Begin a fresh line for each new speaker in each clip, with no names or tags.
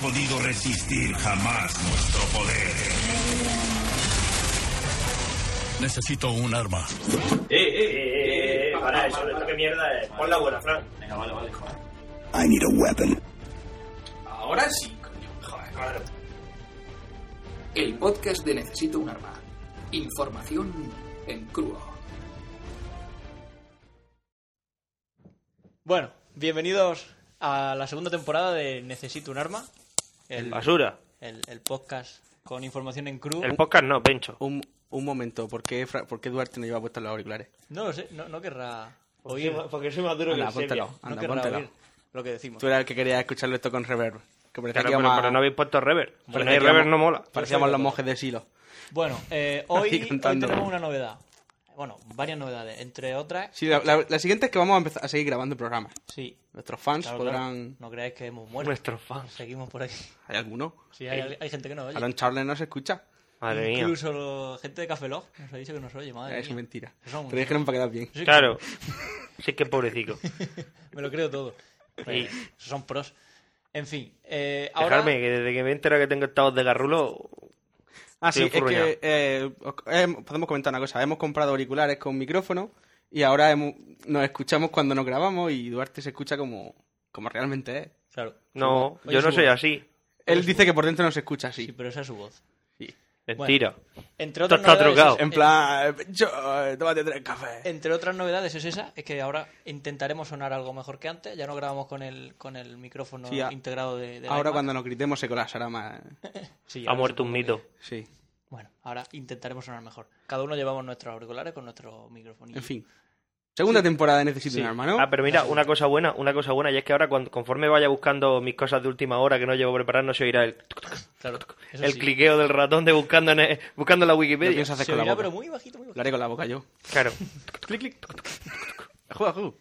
podido resistir jamás nuestro poder.
Necesito un arma.
Eh, eh, eh, eh, para eso, esta que mierda es. Pon la buena, Fran. Venga, vale, vale, joder.
I need a weapon.
Ahora sí, coño.
Joder, claro.
El podcast de Necesito un arma. Información en crudo.
Bueno, bienvenidos a la segunda temporada de Necesito un arma. El,
Basura.
el- el podcast con información en crudo.
El podcast no, Pencho.
Un, un momento, ¿por qué, Fra- por qué Duarte no lleva puestos los auriculares?
No lo sé, no, no querrá
Porque
oír.
soy- Porque soy más duro que
Anda,
el sepia.
póntelo. Anda,
no querrá
póntelo.
oír lo que decimos.
Tú eras el que quería escucharlo esto con reverb. Que parecía
Claro,
que
pero,
íbamos a-
pero no habéis puesto rever.
parecía
Pero no hay
que
rever,
íbamos-
no mola.
Parecíamos los monjes de Silo.
Bueno, eh, hoy,
Así
hoy
cantando.
tenemos una novedad. Bueno, varias novedades. Entre otras,
Sí, la, la- la siguiente es que vamos a empezar a seguir grabando el programa.
sí.
Nuestros fans
claro,
Pues podrán...
claro, No creáis que hemos muerto.
Nuestros fans.
Seguimos por aquí.
¿Hay alguno?
Sí, hay, hay gente que nos oye.
Alan Charles no se escucha.
Madre mía.
Incluso lo- gente de Café Lock nos ha dicho que nos oye, madre
es
mía.
mentira.
Son-
Te lo dijeron para quedar bien.
Sí,
Claro. Sí que pobrecito.
Me lo creo todo. Pues, son pros. En fin, eh, ahora...
Dejarme, que desde que me entera que tengo estados de garrulo...
Ah,
Estoy
sí, es que
enfurruñado.
eh, os- eh, podemos comentar una cosa. Hemos comprado auriculares con micrófono y ahora hemos- nos escuchamos cuando nos grabamos y Duarte se escucha como, como realmente es.
Claro.
No,
Oye,
yo no
su
soy
voz.
así.
Él dice que por dentro no se escucha así.
Sí, pero esa es su voz.
Mentira.
Entre
Esto
otras
está
novedades,
drogado.
es-
En plan, eh, yo, eh, tómate tres cafés.
Entre otras novedades es esa, es que ahora intentaremos sonar algo mejor que antes. Ya no grabamos con el, con el micrófono
Sí, a-
integrado de, del
Ahora
iMac.
cuando nos gritemos se colapsará más.
Sí,
Ha
ahora
muerto un
supongo
mito.
que-
eh. Sí.
Bueno, ahora intentaremos sonar mejor. Cada uno llevamos nuestros auriculares con nuestro micrófono.
En fin. Segunda temporada de Necesito
Sí.
un arma, ¿no?
Ah, pero mira, una cosa buena, una cosa buena, y es que ahora cuando- conforme vaya buscando mis cosas de última hora que no llevo preparado, no se oirá el,
Claro, eso
el
sí.
cliqueo del ratón de buscando en, el- buscando en la
Lo
Wikipedia.
pienso hacer
Se
con la
oirá,
boca.
pero muy bajito, muy
Lo
bajito.
haré con la boca yo.
Claro.
Ajú, ajú.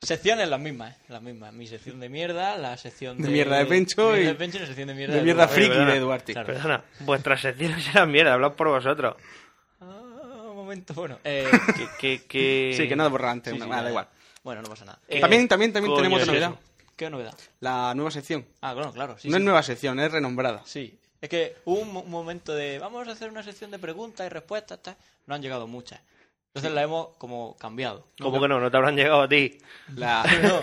Secciones las mismas, ¿eh? las mismas. Mi sección de mierda, la sección de...
De mierda de Pencho
mierda
y-
de Pencho y la sección de mierda
De mierda
Duarte.
friki
¿verdad?
de Duarte.
Claro.
Perdona, vuestras secciones eran mierda, hablad por vosotros.
Ah, un momento, bueno. eh,
Que, que, que...
Sí, que nada borrar antes.
sí,
una-
sí,
nada, da igual.
Bueno, no pasa nada. Eh,
También, también, también
coño,
tenemos
es
otra novedad.
eso.
¿Qué novedad?
La nueva sección.
Ah, claro, claro. Sí,
no
sí.
es nueva sección, es renombrada.
Sí. Es que hubo un mo- un momento de vamos a hacer una sección de preguntas y respuestas, tal. No han llegado muchas. Entonces la hemos como cambiado.
¿Cómo que no? No te habrán llegado a ti.
La...
No,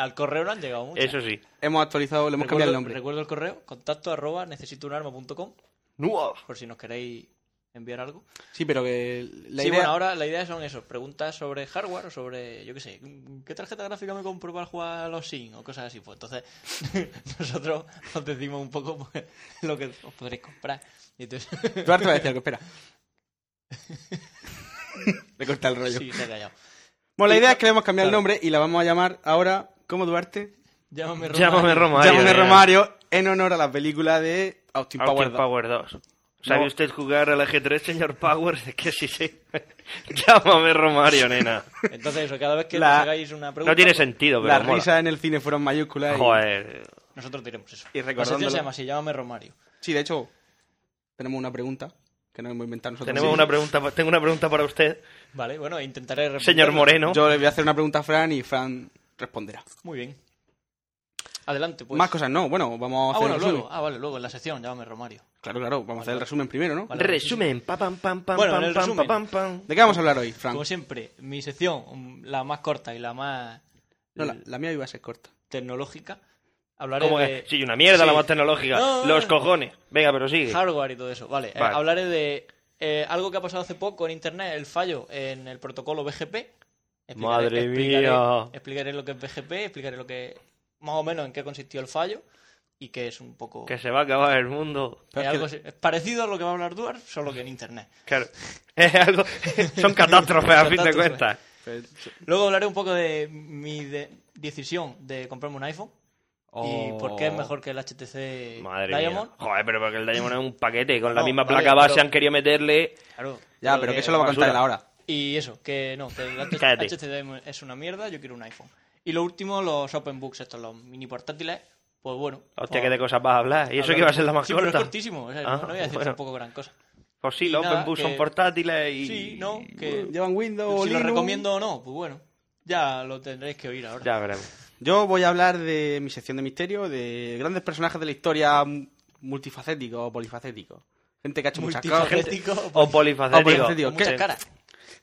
al correo no han llegado muchas.
Eso sí.
hemos actualizado, le hemos
recuerdo,
cambiado el nombre.
recuerdo el correo, contacto arroba necesitounarma.com,
No.
por si nos queréis enviar algo.
Sí, pero que la
sí,
idea...
bueno, ahora la idea son eso, preguntas sobre hardware o sobre, yo qué sé, ¿qué tarjeta gráfica me compro para jugar a los Sims o cosas así? Pues entonces nosotros os decimos un poco pues, lo que os podréis comprar. Y entonces,
Duarte va a decir algo, espera. Le corta el rollo.
sí, se ha callado.
Bueno, la idea es que le hemos cambiado
Claro.
el nombre y la vamos a llamar ahora, ¿cómo Duarte?
Llámame Romario.
Llámame Romario.
Llámame
mira.
Romario en honor a la película de Austin,
Austin
Powers. 2.
Power 2. ¿Sabe
No.
usted jugar al ajedrez, señor Power? ¿De qué sí sé? Llámame Romario, nena.
Entonces eso, cada vez que
La-
nos hagáis una pregunta,
No tiene
pues,
sentido, pero
Las
mola.
risas en el cine fueron mayúsculas. y-
Joder.
nosotros diremos eso.
Y
La sección
recordándolo-
se llama así, llámame Romario.
Sí, de hecho, tenemos una pregunta que nos hemos inventado nosotros.
Tenemos
Sí.
una pregunta, pa- tengo una pregunta para usted,
Vale, bueno, intentaré responder.
señor Moreno.
Yo le voy a hacer una pregunta a Fran y Fran responderá.
Muy bien. Adelante, pues.
Más cosas no, bueno, vamos a
Ah,
hacer
bueno,
el resumen.
luego. Ah, vale, luego en la sección, llámame Romario.
Claro, claro, vamos a hacer el resumen primero, ¿no?
Vale.
Resumen. Pa, pam, pam, pam,
Bueno, en
pam,
el
pam,
resumen.
pam, pam.
¿De qué vamos a hablar hoy, Fran?
Como siempre, mi sección, mm, la más corta y la más
No, la,
eh,
la mía iba a ser corta.
tecnológica, hablaré
¿Cómo que?
de
Sí, una mierda
Sí.
la más tecnológica.
No, no,
Los
no.
cojones. Venga, pero sigue.
hardware y todo eso. Vale, eh,
Vale.
hablaré de eh, algo que ha pasado hace poco en Internet, el fallo en el protocolo BGP.
Madre
explicaré-
mía.
Explicaré lo que es BGP, explicaré lo que más o menos en qué consistió el fallo y que es un poco...
Que se va a acabar el mundo.
es algo si- es parecido a lo que va a hablar Duarte, solo que en Internet.
Claro. Es algo... Son catástrofes, a fin de
Catástrofes.
cuentas.
Pues, Luego hablaré un poco de mi de- decisión de comprarme un iPhone
Oh.
y por qué es mejor que el HTC
Madre
Diamond.
mía. Joder, pero porque el Diamond es un paquete. Con la
No,
misma
vale,
placa base
pero-
han querido meterle.
Claro.
Ya, pero que eso lo va a contar
basura.
él ahora.
Y eso, que no, que el
Cállate.
HTC es una mierda, yo quiero un iPhone. Y lo último, los Open Books, estos, los mini portátiles, pues bueno.
Hostia,
pues,
que de cosas vas a hablar. Y eso que iba a ser la más
sí, pero
corta.
es cortísimo, o sea, no-
Ah,
no voy a decir
bueno.
tampoco gran cosa.
Pues sí,
Y
los
nada,
Open Boost
que-
son portátiles y.
Sí, no, que
Llevan Windows,
si lo
Linux.
recomiendo o no, pues bueno, ya lo tendréis que oír ahora.
Ya veremos.
Yo voy a hablar de mi sección de misterio, de grandes personajes de la historia m- multifacéticos o polifacéticos. Gente que ha hecho muchas cosas.
Multifacético,
O
pues,
polifacético.
polifacético.
con muchas
¿qué?
caras.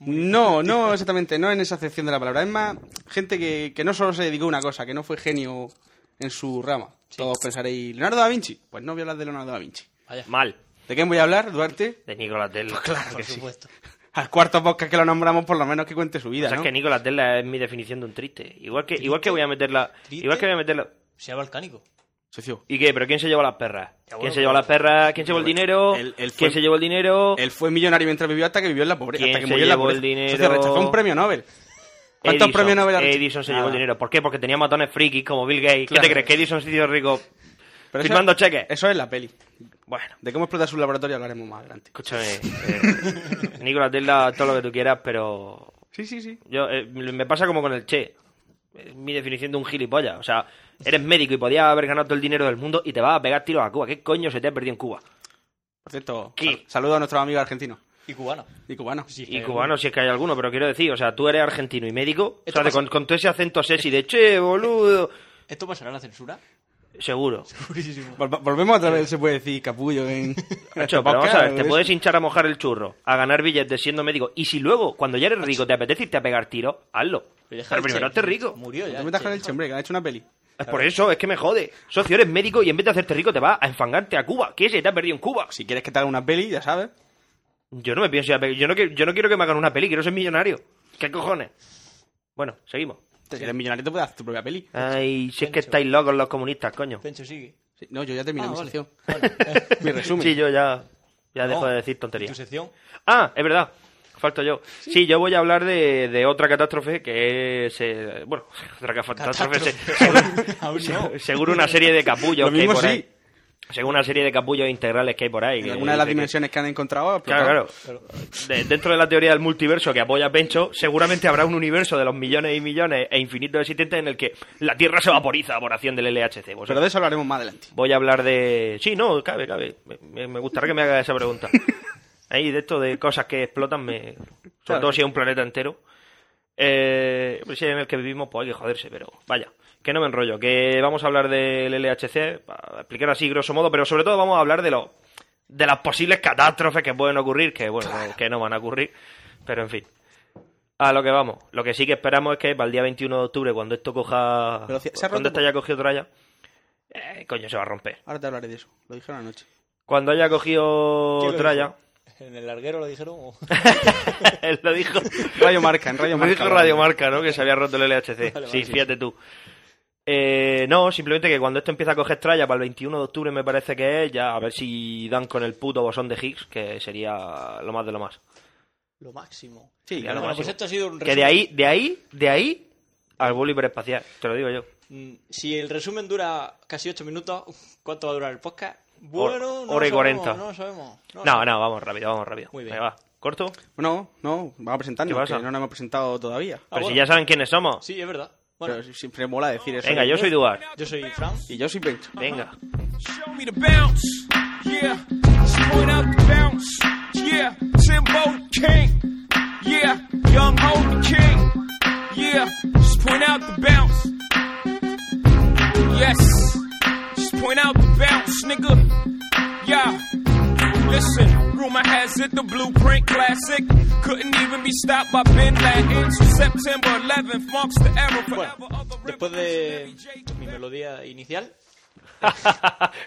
No, no exactamente, no en esa acepción de la palabra. Es más, gente que, que no solo se dedicó a una cosa, que no fue genio en su rama. Todos pensaréis, Leonardo da Vinci. Pues no voy a hablar de Leonardo da Vinci.
Vaya,
Mal.
¿De quién voy a hablar, Duarte?
De Nicolas Tesla.
Claro
Pues por
que sí.
supuesto.
Al cuarto podcast que lo nombramos, por lo menos que cuente su vida.
O sea, es
¿no?
que Nicolas Tesla es mi definición de un triste. Igual que, igual que voy a meterla.
¿Triste?
Igual que voy a meterla.
Sea volcánico.
Socio,
¿Y qué? ¿Pero quién se llevó las perras?
Ya, bueno, pues,
¿Quién se llevó las perras? ¿Quién se llevó el dinero?
Él- él fue-
¿Quién se llevó el dinero?
Él fue millonario mientras vivió hasta que vivió en la pobreza.
¿Quién
Hasta que
se
murió en la
llevó el
pobreza.
dinero?
Socio, rechazó un premio Nobel. ¿Cuántos
Edison.
premios Nobel ha rechazado?
Edison se
Nada.
llevó el dinero. ¿Por qué? Porque tenía matones frikis como Bill Gates.
Claro.
¿Qué te crees? ¿Que Edison se hizo rico
Pero
firmando
eso,
cheques?
Eso es la peli.
Bueno,
De cómo explotar su laboratorio hablaremos más adelante.
escúchame. eh, Nicolas Tesla, todo lo que tú quieras, pero
Sí, sí, sí.
Yo, eh, me pasa como con el Che. Es Mi definición de un gilipollas. O sea, eres médico y podías haber ganado todo el dinero del mundo y te vas a pegar tiros a Cuba. ¿Qué coño se te ha perdido en Cuba?
Por cierto,
¿Qué?
sal- saludo a nuestros amigos argentinos
Y cubano.
y cubanos.
Sí,
Y
eh,
cubano, si es que hay alguno, pero quiero decir, o sea, tú eres argentino y médico. O
Esto
sea, de-
pasa-
con, con todo ese acento sexy de Che, boludo.
¿Esto pasará a la censura?
Seguro.
Purísimo.
Vol- volvemos otra vez, se puede decir capullo en.
Nacho,
en
pero vamos
podcast,
a ver, te
¿ves?
puedes hinchar a mojar el churro, a ganar billetes siendo médico. Y si luego, cuando ya eres rico, te apetece irte a pegar tiros, hazlo.
deja
Pero
de
primero
che.
hazte rico.
Murió
No
ya.
te metas
che.
con el che, hombre, que ha hecho una peli.
Es por eso, es que me jode. Socio, eres médico y en vez de hacerte rico te vas a enfangarte a Cuba. ¿Qué se te ha perdido en Cuba?
Si quieres que te haga una peli, ya sabes.
Yo no me pienso ir a peli- Yo no, que- yo no quiero que me hagan una peli, quiero ser millonario. ¿Qué cojones? Bueno, seguimos.
Si eres millonario, te puedes hacer tu propia peli.
Ah. Ay, si es que estáis locos los comunistas, coño.
Pencho sigue.
Sí, No, yo ya terminé
Ah,
mi
vale.
sección.
Bueno,
Mi resumen.
Sí, yo ya, ya dejo
No.
de decir
¿y tu
tonterías.
sección?
Ah, es verdad. Falto yo. Sí, yo voy a hablar de, de otra catástrofe que es. eh, bueno, otra catástrofe. se-
Catástrofe. Aún no.
seguro una serie de capullos
Lo
que hay
mismo
por
sí.
ahí. Según una serie de capullos integrales que hay por ahí.
En
que
alguna de las
dice que-
dimensiones que han encontrado. pues, ha explotado.
Claro, claro. De- dentro de la teoría del multiverso que apoya Pencho, seguramente habrá un universo de los millones y millones e infinitos existentes en el que la Tierra se vaporiza por acción del LHC. ¿Vosotros
Pero de eso hablaremos más adelante.
Voy a hablar de... Sí, no, cabe, cabe. Me, me gustaría que me haga esa pregunta. Ahí, de esto de cosas que explotan, me... sobre
Claro.
todo si es un planeta entero. Eh, pues si en el que vivimos, pues hay que joderse, pero vaya, que no me enrollo, que vamos a hablar del LHC, para explicar así grosso modo, pero sobre todo vamos a hablar de los de las posibles catástrofes que pueden ocurrir, que bueno, que no van a ocurrir, pero en fin. A lo que vamos, lo que sí que esperamos es que para el día 21 de octubre, cuando esto coja...
Pero se- se ha
cuando esto
roto
haya cogido tralla, eh, coño, se va a romper.
Ahora te hablaré de eso. Lo dijeron anoche.
Cuando haya
¿Quién
cogido
lo
tralla.
¿En el larguero lo dijeron? o-
Él lo dijo.
Radio Marca, en Radio
Lo
Marca.
dijo
hablaron.
Radio Marca, ¿no? Que se había roto el LHC.
Vale,
Sí,
vale, sí,
fíjate tú. Eh, no, simplemente que cuando esto empieza a coger tralla para el 21 de octubre, me parece que es, ya a ver si dan con el puto bosón de Higgs, que sería lo más de lo más.
Lo máximo.
Sí,
Ya lo
bueno,
máximo.
pues esto ha sido un
Que de ahí, de ahí, de ahí al vuelo hiperespacial, te lo digo yo.
Mm, Si el resumen dura casi 8 minutos, ¿cuánto va a durar el podcast? Bueno, no
hora y
lo sabemos,
40.
No lo sabemos.
No,
lo
no,
sabemos.
vamos rápido, vamos rápido.
Muy bien.
Venga, va. ¿Corto?
No, no, vamos a presentarnos,
¿Qué pasa?
que no nos hemos presentado todavía.
Ah,
Pero si
bueno.
ya saben quiénes somos.
Sí, es verdad. Bueno,
Pero siempre mola decir eso.
Venga, yo soy Duar.
yo soy Fran.
Y yo soy Pencho.
Venga.
Show me the bounce, yeah. Point out the bounce, yeah. Timbo the king, yeah. Young Ho the king, yeah. Just point out the bounce, yes. Just point out the bounce, nigga, yeah. Listen, rumor has it the blueprint classic couldn't even be stopped by Ben Laden. So September 11th marks the era forever.
Bueno,
of the
después de
revolutionary
mi melodía inicial,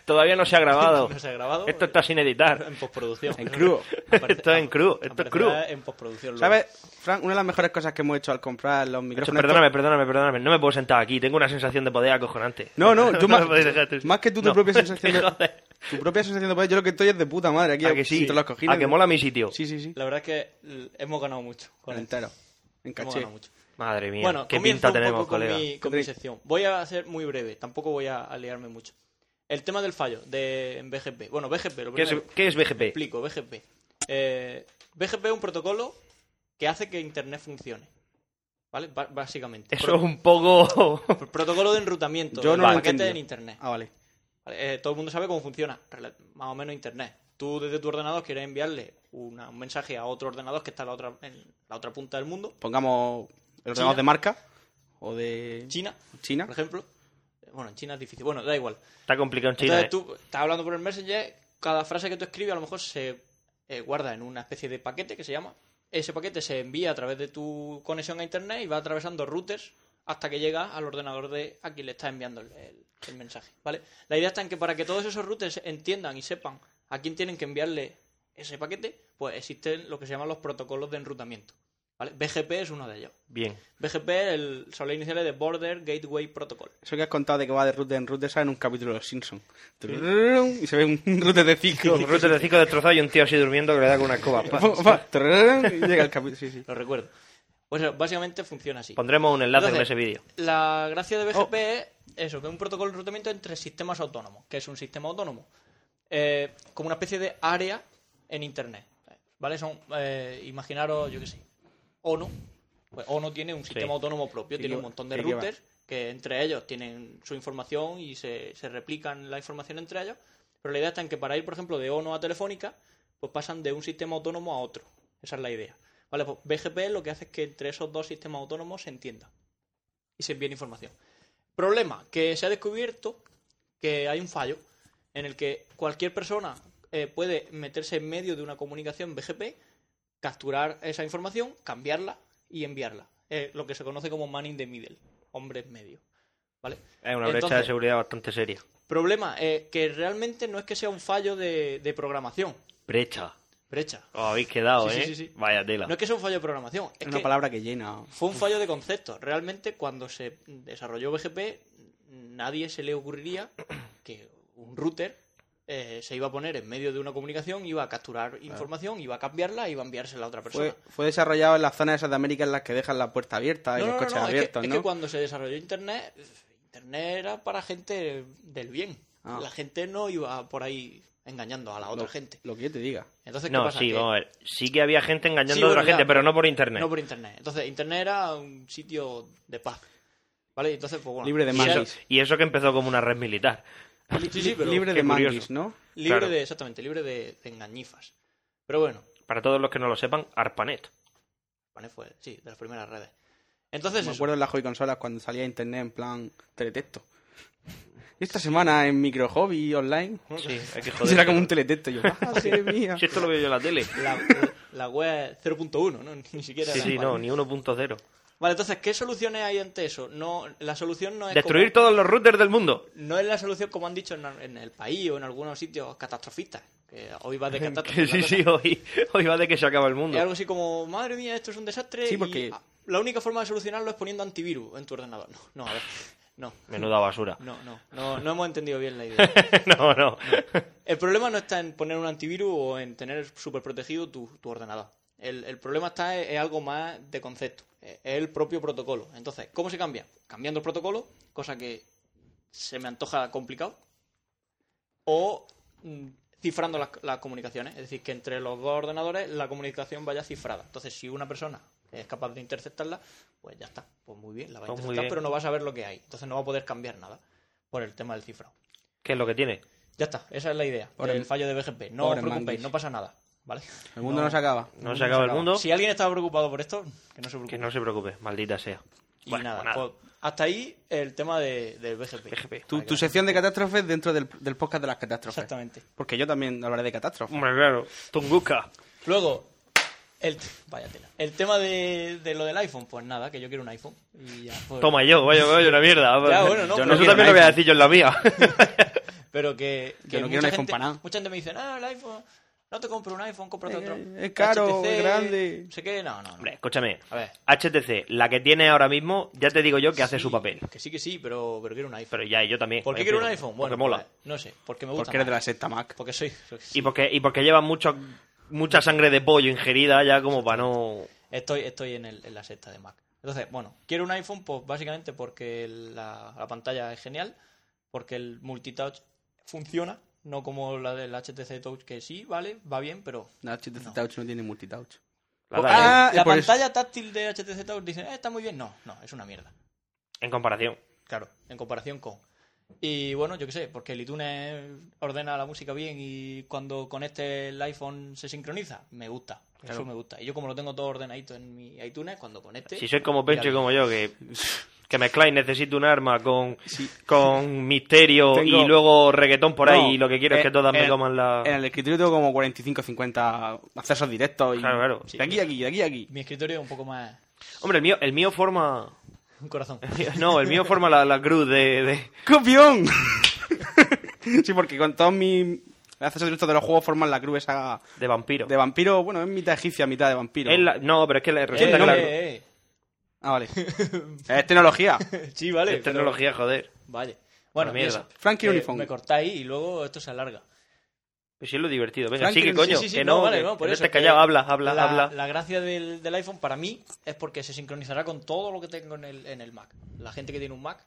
Todavía no se ha grabado.
No se ha grabado.
Esto está sin editar.
en postproducción.
En crudo.
Aparece-
Esto es en crudo, esto es crudo.
aparecerá En postproducción. luego.
¿Sabes, Frank? Una de las mejores cosas que hemos hecho al comprar los
Nacho,
micrófonos.
perdóname, perdóname, perdóname. No me puedo sentar aquí. Tengo una sensación de poder acojonante.
No, no, tú
me
más,
podéis dejar de-
más que tú, tu
No.
propia sensación de.
Joder.
Tu propia sensación de poder, yo lo que estoy es de puta madre aquí.
A que sí.
entre los cojines.
A que mola mi sitio.
Sí, sí, sí.
La verdad es que eh, hemos ganado mucho. Con
Con
esto.
entero. En
Hemos
caché.
ganado mucho.
Madre mía,
Bueno,
qué
comienzo
pinta
un
tenemos,
poco con
colega.
mi, con mi sección. Voy a ser muy breve, tampoco voy a, a liarme mucho. El tema del fallo de en BGP. Bueno, BGP, lo
¿Qué, es,
primero
qué es BGP?
te explico, BGP. Eh, BGP es un protocolo que hace que Internet funcione. ¿Vale? Ba- básicamente.
Eso
Pro-
es un poco...
Protocolo de enrutamiento.
Yo
de
no lo he
paquetes
entendido.
en Internet.
Ah, vale.
Vale, eh, todo el mundo sabe cómo funciona, rela- más o menos Internet. Tú desde tu ordenador quieres enviarle una- un mensaje a otro ordenador que está a la otra, en la otra punta del mundo.
Pongamos el ordenador
China.
de marca. o de
China,
China.
por ejemplo. Bueno, en China es difícil. Bueno, da igual.
Está complicado en China.
Entonces
¿eh?
tú estás hablando por el Messenger, cada frase que tú escribes a lo mejor se eh, guarda en una especie de paquete que se llama. Ese paquete se envía a través de tu conexión a internet y va atravesando routers hasta que llega al ordenador de a quien le está enviando el, el- el mensaje, ¿vale? La idea está en que para que todos esos routers entiendan y sepan a quién tienen que enviarle ese paquete, pues existen lo que se llaman los protocolos de enrutamiento, ¿vale? BGP es uno de ellos.
Bien.
BGP el, son las iniciales de Border Gateway Protocol.
Eso que has contado de que va de router en router sale en un capítulo de Los Simpsons. Turururun, Y se ve un router de cinco.
Con router de cinco destrozado y un tío así durmiendo que le da con una escoba. Pa.
Pa, pa, turururun, y llega el capítulo. Sí, sí.
Lo recuerdo. Pues eh, básicamente funciona así.
Pondremos un enlace con
Entonces,
ese vídeo.
La gracia de BGP es eso, que es un protocolo de enrutamiento entre sistemas autónomos, que es un sistema autónomo, eh, como una especie de área en Internet. ¿Vale? Son, eh, imaginaros, yo qué sé, ONU. Pues ONU tiene un sistema
Sí.
autónomo propio,
Sí,
tiene
que
un
va-
montón de
sí, que va.
routers que entre ellos tienen su información y se, se replican la información entre ellos. Pero la idea está en que para ir, por ejemplo, de ONU a Telefónica, pues pasan de un sistema autónomo a otro. Esa es la idea. Vale, pues BGP lo que hace es que entre esos dos sistemas autónomos se entiendan y se envíen información. Problema, que se ha descubierto que hay un fallo en el que cualquier persona eh, puede meterse en medio de una comunicación BGP, capturar esa información, cambiarla y enviarla. Eh, lo que se conoce como man in the middle, hombre en medio. ¿Vale?
Es una brecha de
Entonces,
seguridad bastante seria.
Problema, eh, que realmente no es que sea un fallo de, de programación,
Brecha.
brecha.
Os habéis quedado,
Sí, sí,
¿eh?
sí, sí.
Vaya tela.
No es que sea un fallo de programación, es
Es una
que
palabra que llena.
fue un fallo de concepto. Realmente, cuando se desarrolló BGP, nadie se le ocurriría que un router eh, se iba a poner en medio de una comunicación, iba a capturar información, iba a cambiarla, iba a enviársela a otra persona.
Fue, fue desarrollado en las zonas esas de América en las que dejan la puerta abierta y los coches
es que-
abiertos,
es que,
¿no?
cuando se desarrolló Internet, Internet era para gente del bien.
Ah.
La gente no iba por ahí engañando a la otra gente.
Lo que yo te diga.
Entonces, ¿qué
No,
pasa?
sí,
Que-
vamos a ver. Sí que había gente engañando
Sí,
a otra
bueno, ya,
gente, pero no por internet.
No por internet. Entonces, internet era un sitio de paz. ¿Vale? Y Entonces, pues bueno.
Libre de
y
malos.
era-
Eso.
Y eso que empezó como una red militar.
Sí, sí, pero
Libre
qué
de
curioso.
manguis, ¿no?
libre
claro.
de, exactamente, libre de, de engañifas. Pero bueno,
Para todos los que no lo sepan, ARPANET.
bueno, fue, sí, de las primeras redes. Entonces,
Me
eso.
acuerdo en las joy consolas cuando salía internet en plan teletexto. Y esta semana en micro hobby online.
Sí, hay que
Será
joder.
como un teletexto. Yo, "Ah, madre mía.
Si esto lo veo yo en la tele.
la, la web 0.1, ¿no? Ni siquiera
Sí,
era
sí,
para-
no, ni 1.0.
Vale, entonces, ¿qué soluciones hay ante eso? No, la solución no es
Destruir todos los routers del mundo.
como- no es la solución como han dicho en, en el país o en algunos sitios catastrofistas. Que hoy va de catástrofe.
Que
la
sí,
cosa.
sí, hoy, hoy va de que se acaba el
Es
mundo.
algo así como, madre mía, esto es un desastre.
Sí,
y,
porque-
ah, la única forma de solucionarlo es poniendo antivirus en tu ordenador. No, no, a ver. No,
Menuda basura.
no, no, no, no hemos entendido bien la idea.
No, no.
El problema no está en poner un antivirus o en tener súper protegido tu, tu ordenador. El, el problema está en, en algo más de concepto. eh, Es el propio protocolo. Entonces, ¿cómo se cambia? Cambiando el protocolo, cosa que se me antoja complicado. O mm, cifrando las, las comunicaciones. Es decir, que entre los dos ordenadores la comunicación vaya cifrada. Entonces, si una persona es capaz de interceptarla, pues ya está. Pues muy bien, la va a
Pues muy
interceptar,
bien.
pero no va a saber lo que hay. Entonces no va a poder cambiar nada por el tema del cifrado.
¿Qué es lo que tiene?
Ya está, esa es la idea
Pobre-
del fallo de BGP. No os
pobre
preocupéis,
Manguis.
no pasa nada, ¿vale?
El mundo no se acaba.
No se acaba el mundo.
Si alguien estaba preocupado por esto, que no se preocupe.
Que no se preocupe, maldita sea.
Y
Bueno,
nada,
pues nada.
pues, hasta ahí el tema de, del BGP.
BGP.
Tu,
Vale,
tu sección de catástrofes dentro del, del podcast de las catástrofes.
Exactamente.
Porque yo también hablaré de catástrofes.
Hombre, claro. Tunguska.
Luego, el, vaya tela. el tema de, de lo del iPhone, pues nada, que yo quiero un iPhone. Y ya, pues-
Toma yo, vaya, vaya una mierda. Pues,
Ya, bueno, no,
Yo
pero-
Eso también lo voy a decir yo en la mía.
Pero que, que
Yo no quiero un
mucha,
iPhone
gente,
para nada.
mucha gente me dice, ah, el iPhone, no te compro un iPhone, cómprate
Eh,
otro.
es caro,
HTC,
es grande.
No sé qué, no, no. no.
Hombre, escúchame.
A ver.
HTC, la que tiene ahora mismo, ya te digo yo que hace
Sí,
su papel.
Que sí, que sí, pero, pero quiero un iPhone.
Pero ya, y yo también.
¿Por qué
Oye,
quiero un
pero-
iPhone?
Porque
Bueno,
mola.
pues, no sé, porque me gusta.
Porque eres de
más.
la sexta Mac.
Porque soy.
Y porque, y porque lleva mucho, mucha sangre de pollo ingerida ya como para no...
Estoy, estoy en, el- en la sexta de Mac. Entonces, bueno, quiero un iPhone pues básicamente porque la, la pantalla es genial, porque el multitouch funciona, no como la del HTC Touch, que sí, vale, va bien, pero...
La HTC Touch no tiene multitouch.
Pues,
La
Ah,
verdad,
eh,
la
por eso.
pantalla táctil de HTC Touch dicen, "Eh, está muy bien. No, no, es una mierda.
En comparación.
Claro, en comparación con. Y bueno, yo qué sé, porque el iTunes ordena la música bien y cuando conecte el iPhone se sincroniza. Me gusta, eso me gusta. Y yo como lo tengo todo ordenadito en mi iTunes, cuando conecte...
Si soy como Pencho y como yo, que Que mezcláis Necesito un arma con, con misterio
Tengo-
y luego reggaetón por ahí
No,
y lo que quiero es
eh,
que todas me
en-
coman la...
En el escritorio tengo como 45 50 accesos directos. Y
Claro, claro.
De aquí a aquí, de aquí a aquí.
Mi escritorio es un poco más.
Hombre, el mío, el mío forma...
Un corazón.
Eh, No, el mío forma la, la cruz de... de-
¡Copión! sí, porque con todos mis accesos directos de los juegos forman la cruz esa
de vampiro.
de vampiro. Bueno, es mitad egipcia, mitad de vampiro.
Es la- No, pero es que la-
Eh,
resulta que la-
eh,
Ah, vale. es tecnología.
eh. Sí, vale.
es tecnología, joder.
pero- Vale. Bueno,
Una mierda.
eso.
Frankie
Eh,
Uniform.
Me cortáis y luego esto se alarga.
Pues sí es lo divertido. Venga,
Frank,
sigue,
sí,
coño.
sí, sí, sí,
que no,
vale,
que-
no, por
que
eso.
estés
que
callado, habla, habla,
la,
habla.
La gracia del, del iPhone para mí es porque se sincronizará con todo lo que tengo en el, en el Mac. La gente que tiene un Mac,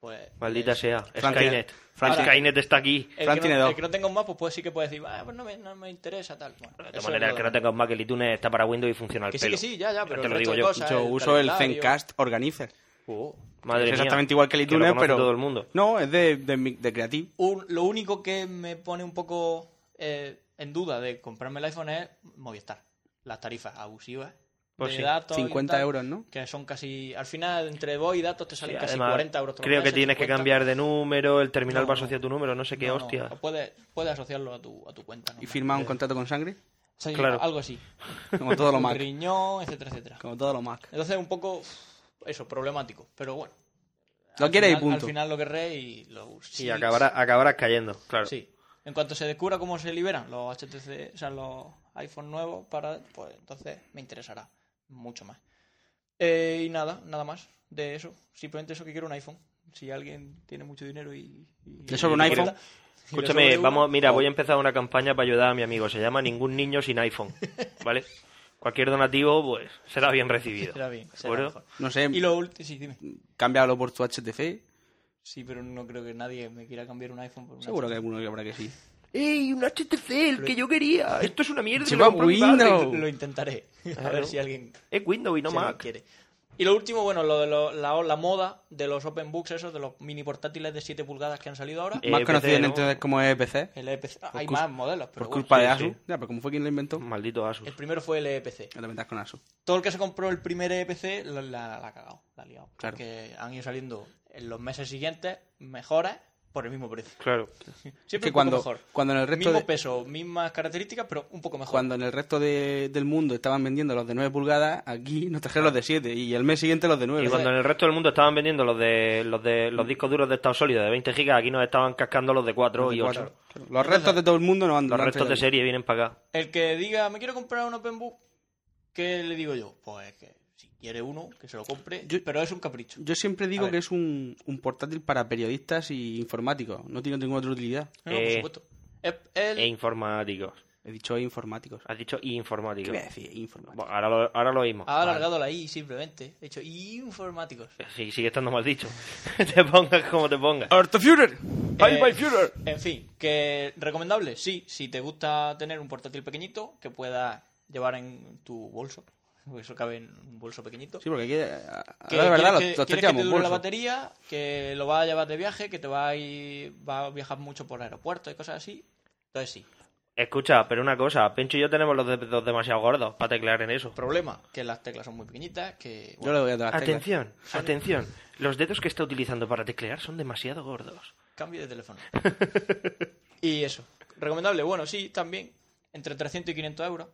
pues.
Maldita
es-
sea.
Frank-
Skynet.
Frank-
Skynet está aquí.
El,
Fran
que
tiene
no,
dos.
el que no tenga un Mac, pues, pues sí que puede decir, ah, pues no me, no me interesa tal. Bueno,
De
eso
manera
es
que
lo
no
de-
tengas más que el iTunes está para Windows y funciona al
Que sí,
pelo.
que sí, ya, ya, pero
te
el
lo digo
resto de
yo.
cosas-
Yo
el
uso el
calendario.
Zencast Organizer.
Oh.
Madre
es
mía,
exactamente igual que el
lo
iTunes,
conoce
pero.
todo el mundo.
No, es de, de, mi- de Creative.
Un- lo único que me pone un poco eh, en duda de comprarme el iPhone es Movistar. Las tarifas abusivas.
Pues
de
sí.
datos y
50
tal,
euros, ¿no?
Que son casi. Al final, entre voz y datos te salen
Sí,
casi
además,
40 euros. todos los
Creo que
meses,
tienes que
50.
cambiar de número, el terminal
No,
va
no.
asociado a tu número, no sé qué
No, no,
hostia.
o puedes, puedes asociarlo a tu, a tu cuenta. ¿no?
Y firma un contrato con sangre.
Sí,
claro.
Algo así.
Como todo
Eh.
lo
Un
Mac.
riñón, etcétera, etcétera.
Como todo lo Mac.
Entonces, un poco. Eso, problemático. Pero bueno.
Lo
al
quieres y
final-
punto.
Al final lo querré y lo. sí,
y acabarás, acabarás cayendo, claro.
Sí. En cuanto se descubra cómo se liberan los HTC, o sea, los iPhone nuevos, para, pues entonces me interesará mucho más. Eh, y nada, nada más de eso. Simplemente eso que quiero un iPhone. Si alguien tiene mucho dinero y... y-
¿Le sobra
y
un iPhone?
quiere- y le
Escúchame,
sobra
vamos,
uno, oh,
mira, voy a empezar una campaña para ayudar a mi amigo. Se llama Ningún niño sin iPhone, ¿vale? Cualquier donativo, pues, será bien recibido.
Será bien,
¿de
será
acuerdo?
mejor.
No sé,
Y lo último... Sí, dime.
cámbialo por tu HTC.
Sí, pero no creo que nadie me quiera cambiar un iPhone por un
Seguro que
HTC.
alguno que habrá que sí.
¡Ey, un HTC, el que yo quería! ¡Esto es una mierda!
Lleva
lo compró mi padre!
Windows.
Lo intentaré. A ver
Claro.
si alguien
Es Windows y no
si alguien
Mac.
quiere. Y lo último, bueno, lo de lo- la, la moda de los open books, esos, de los mini portátiles de 7 pulgadas que han salido ahora.
Eh,
Más
PC,
conocido
¿no?
entonces como E es PC.
El EPC. Ah, hay
cul-
más modelos, pero
Por
bueno,
culpa de Mm.
sí,
Asus.
sí.
Ya, pero como fue quien lo inventó,
Maldito Asus.
el primero fue el EPC.
ya te metas con Asus.
Todo el que se compró el primer E EPC la, la, la ha cagado, la ha liado.
Claro.
Porque han ido saliendo en los meses siguientes mejoras por el mismo precio.
Claro.
Siempre
que
un poco
cuando-
mejor.
cuando en el resto
Mismo
de-
peso, mismas características, pero un poco mejor.
Cuando en el resto de- del mundo estaban vendiendo los de 9 pulgadas, aquí nos trajeron los de 7 y el mes siguiente los de 9.
Y cuando en el resto del mundo estaban vendiendo los de los de los discos duros de estado sólido de 20 gigas, aquí nos estaban cascando los de 4 y 8.
Los restos de todo el mundo no han
Los
no han
restos de
traído.
serie vienen para acá.
El que diga, me quiero comprar un open book, ¿qué le digo yo? Pues que si quiere uno, que se lo compre,
Yo-
pero es un capricho.
Yo siempre digo que es un, un portátil para periodistas y informáticos. No tiene ninguna otra utilidad.
No, no, Ah, por
Eh,
supuesto. Es- es-
E informáticos.
He dicho informáticos.
Has dicho
¿Qué
informáticos.
voy a decir? Informáticos.
Bueno, ahora, lo, ahora lo oímos.
ha alargado la I simplemente. He hecho informáticos.
Sí, sigue estando mal dicho. te pongas como te pongas.
Artefeuer.
Eh, En fin, que recomendable, sí, si te gusta tener un portátil pequeñito que puedas llevar en tu bolso, porque eso cabe en un bolso pequeñito.
Sí, porque aquí, a- a-
Que
la verdad, los,
quieres que, quieres
los tres
que te
llevamos
dure la
bolso.
batería, que lo vas a llevar de viaje, que te va a, ir- va a viajar mucho por aeropuertos y cosas así. Entonces sí.
Escucha, pero una cosa, Pencho y yo tenemos los dedos demasiado gordos para teclear en eso.
Problema, que las teclas son muy pequeñitas, que...
Yo
bueno,
le doy a todas las teclas.
Atención, atención. Los dedos que está utilizando para teclear son demasiado gordos.
Cambio de teléfono. y eso. Recomendable. Bueno, sí, también. Entre 300 y 500 euros.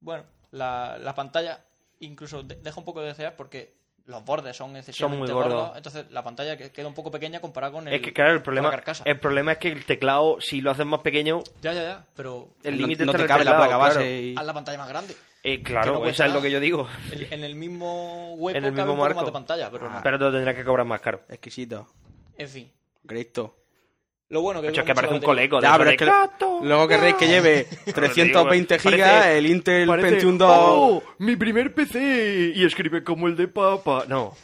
Bueno, la, la pantalla incluso de- deja un poco de desear porque los bordes son excesivamente
gordos.
Entonces la pantalla que- queda un poco pequeña comparada con el,
es que claro, el
con
problema,
la carcasa.
el problema es que el teclado, si lo haces más pequeño,
Ya, ya, ya. Pero
el
No-
límite
no,
está en
te
el
cabe la placa
teclado,
base.
claro.
y-
haz la pantalla más grande.
Eh,
Que no
claro,
cuesta
eso es
nada.
lo que yo digo.
El- en el mismo hueco
en el mismo
cabe un poco más
marco. Ah.
de pantalla. Pero no.
Pero te lo tendrás que cobrar más caro.
Exquisito.
En fin.
Cristo.
Lo bueno que...
De hecho,
dura
es que
mucho la
parece un
batería.
coleco. de
Ya,
eso
pero
de
es que
gato,
luego querréis que lleve 320
Parece-
gigas, el Intel
parece,
Pentium 2.
"Oh, mi primer PC y escribe como el de papa. No,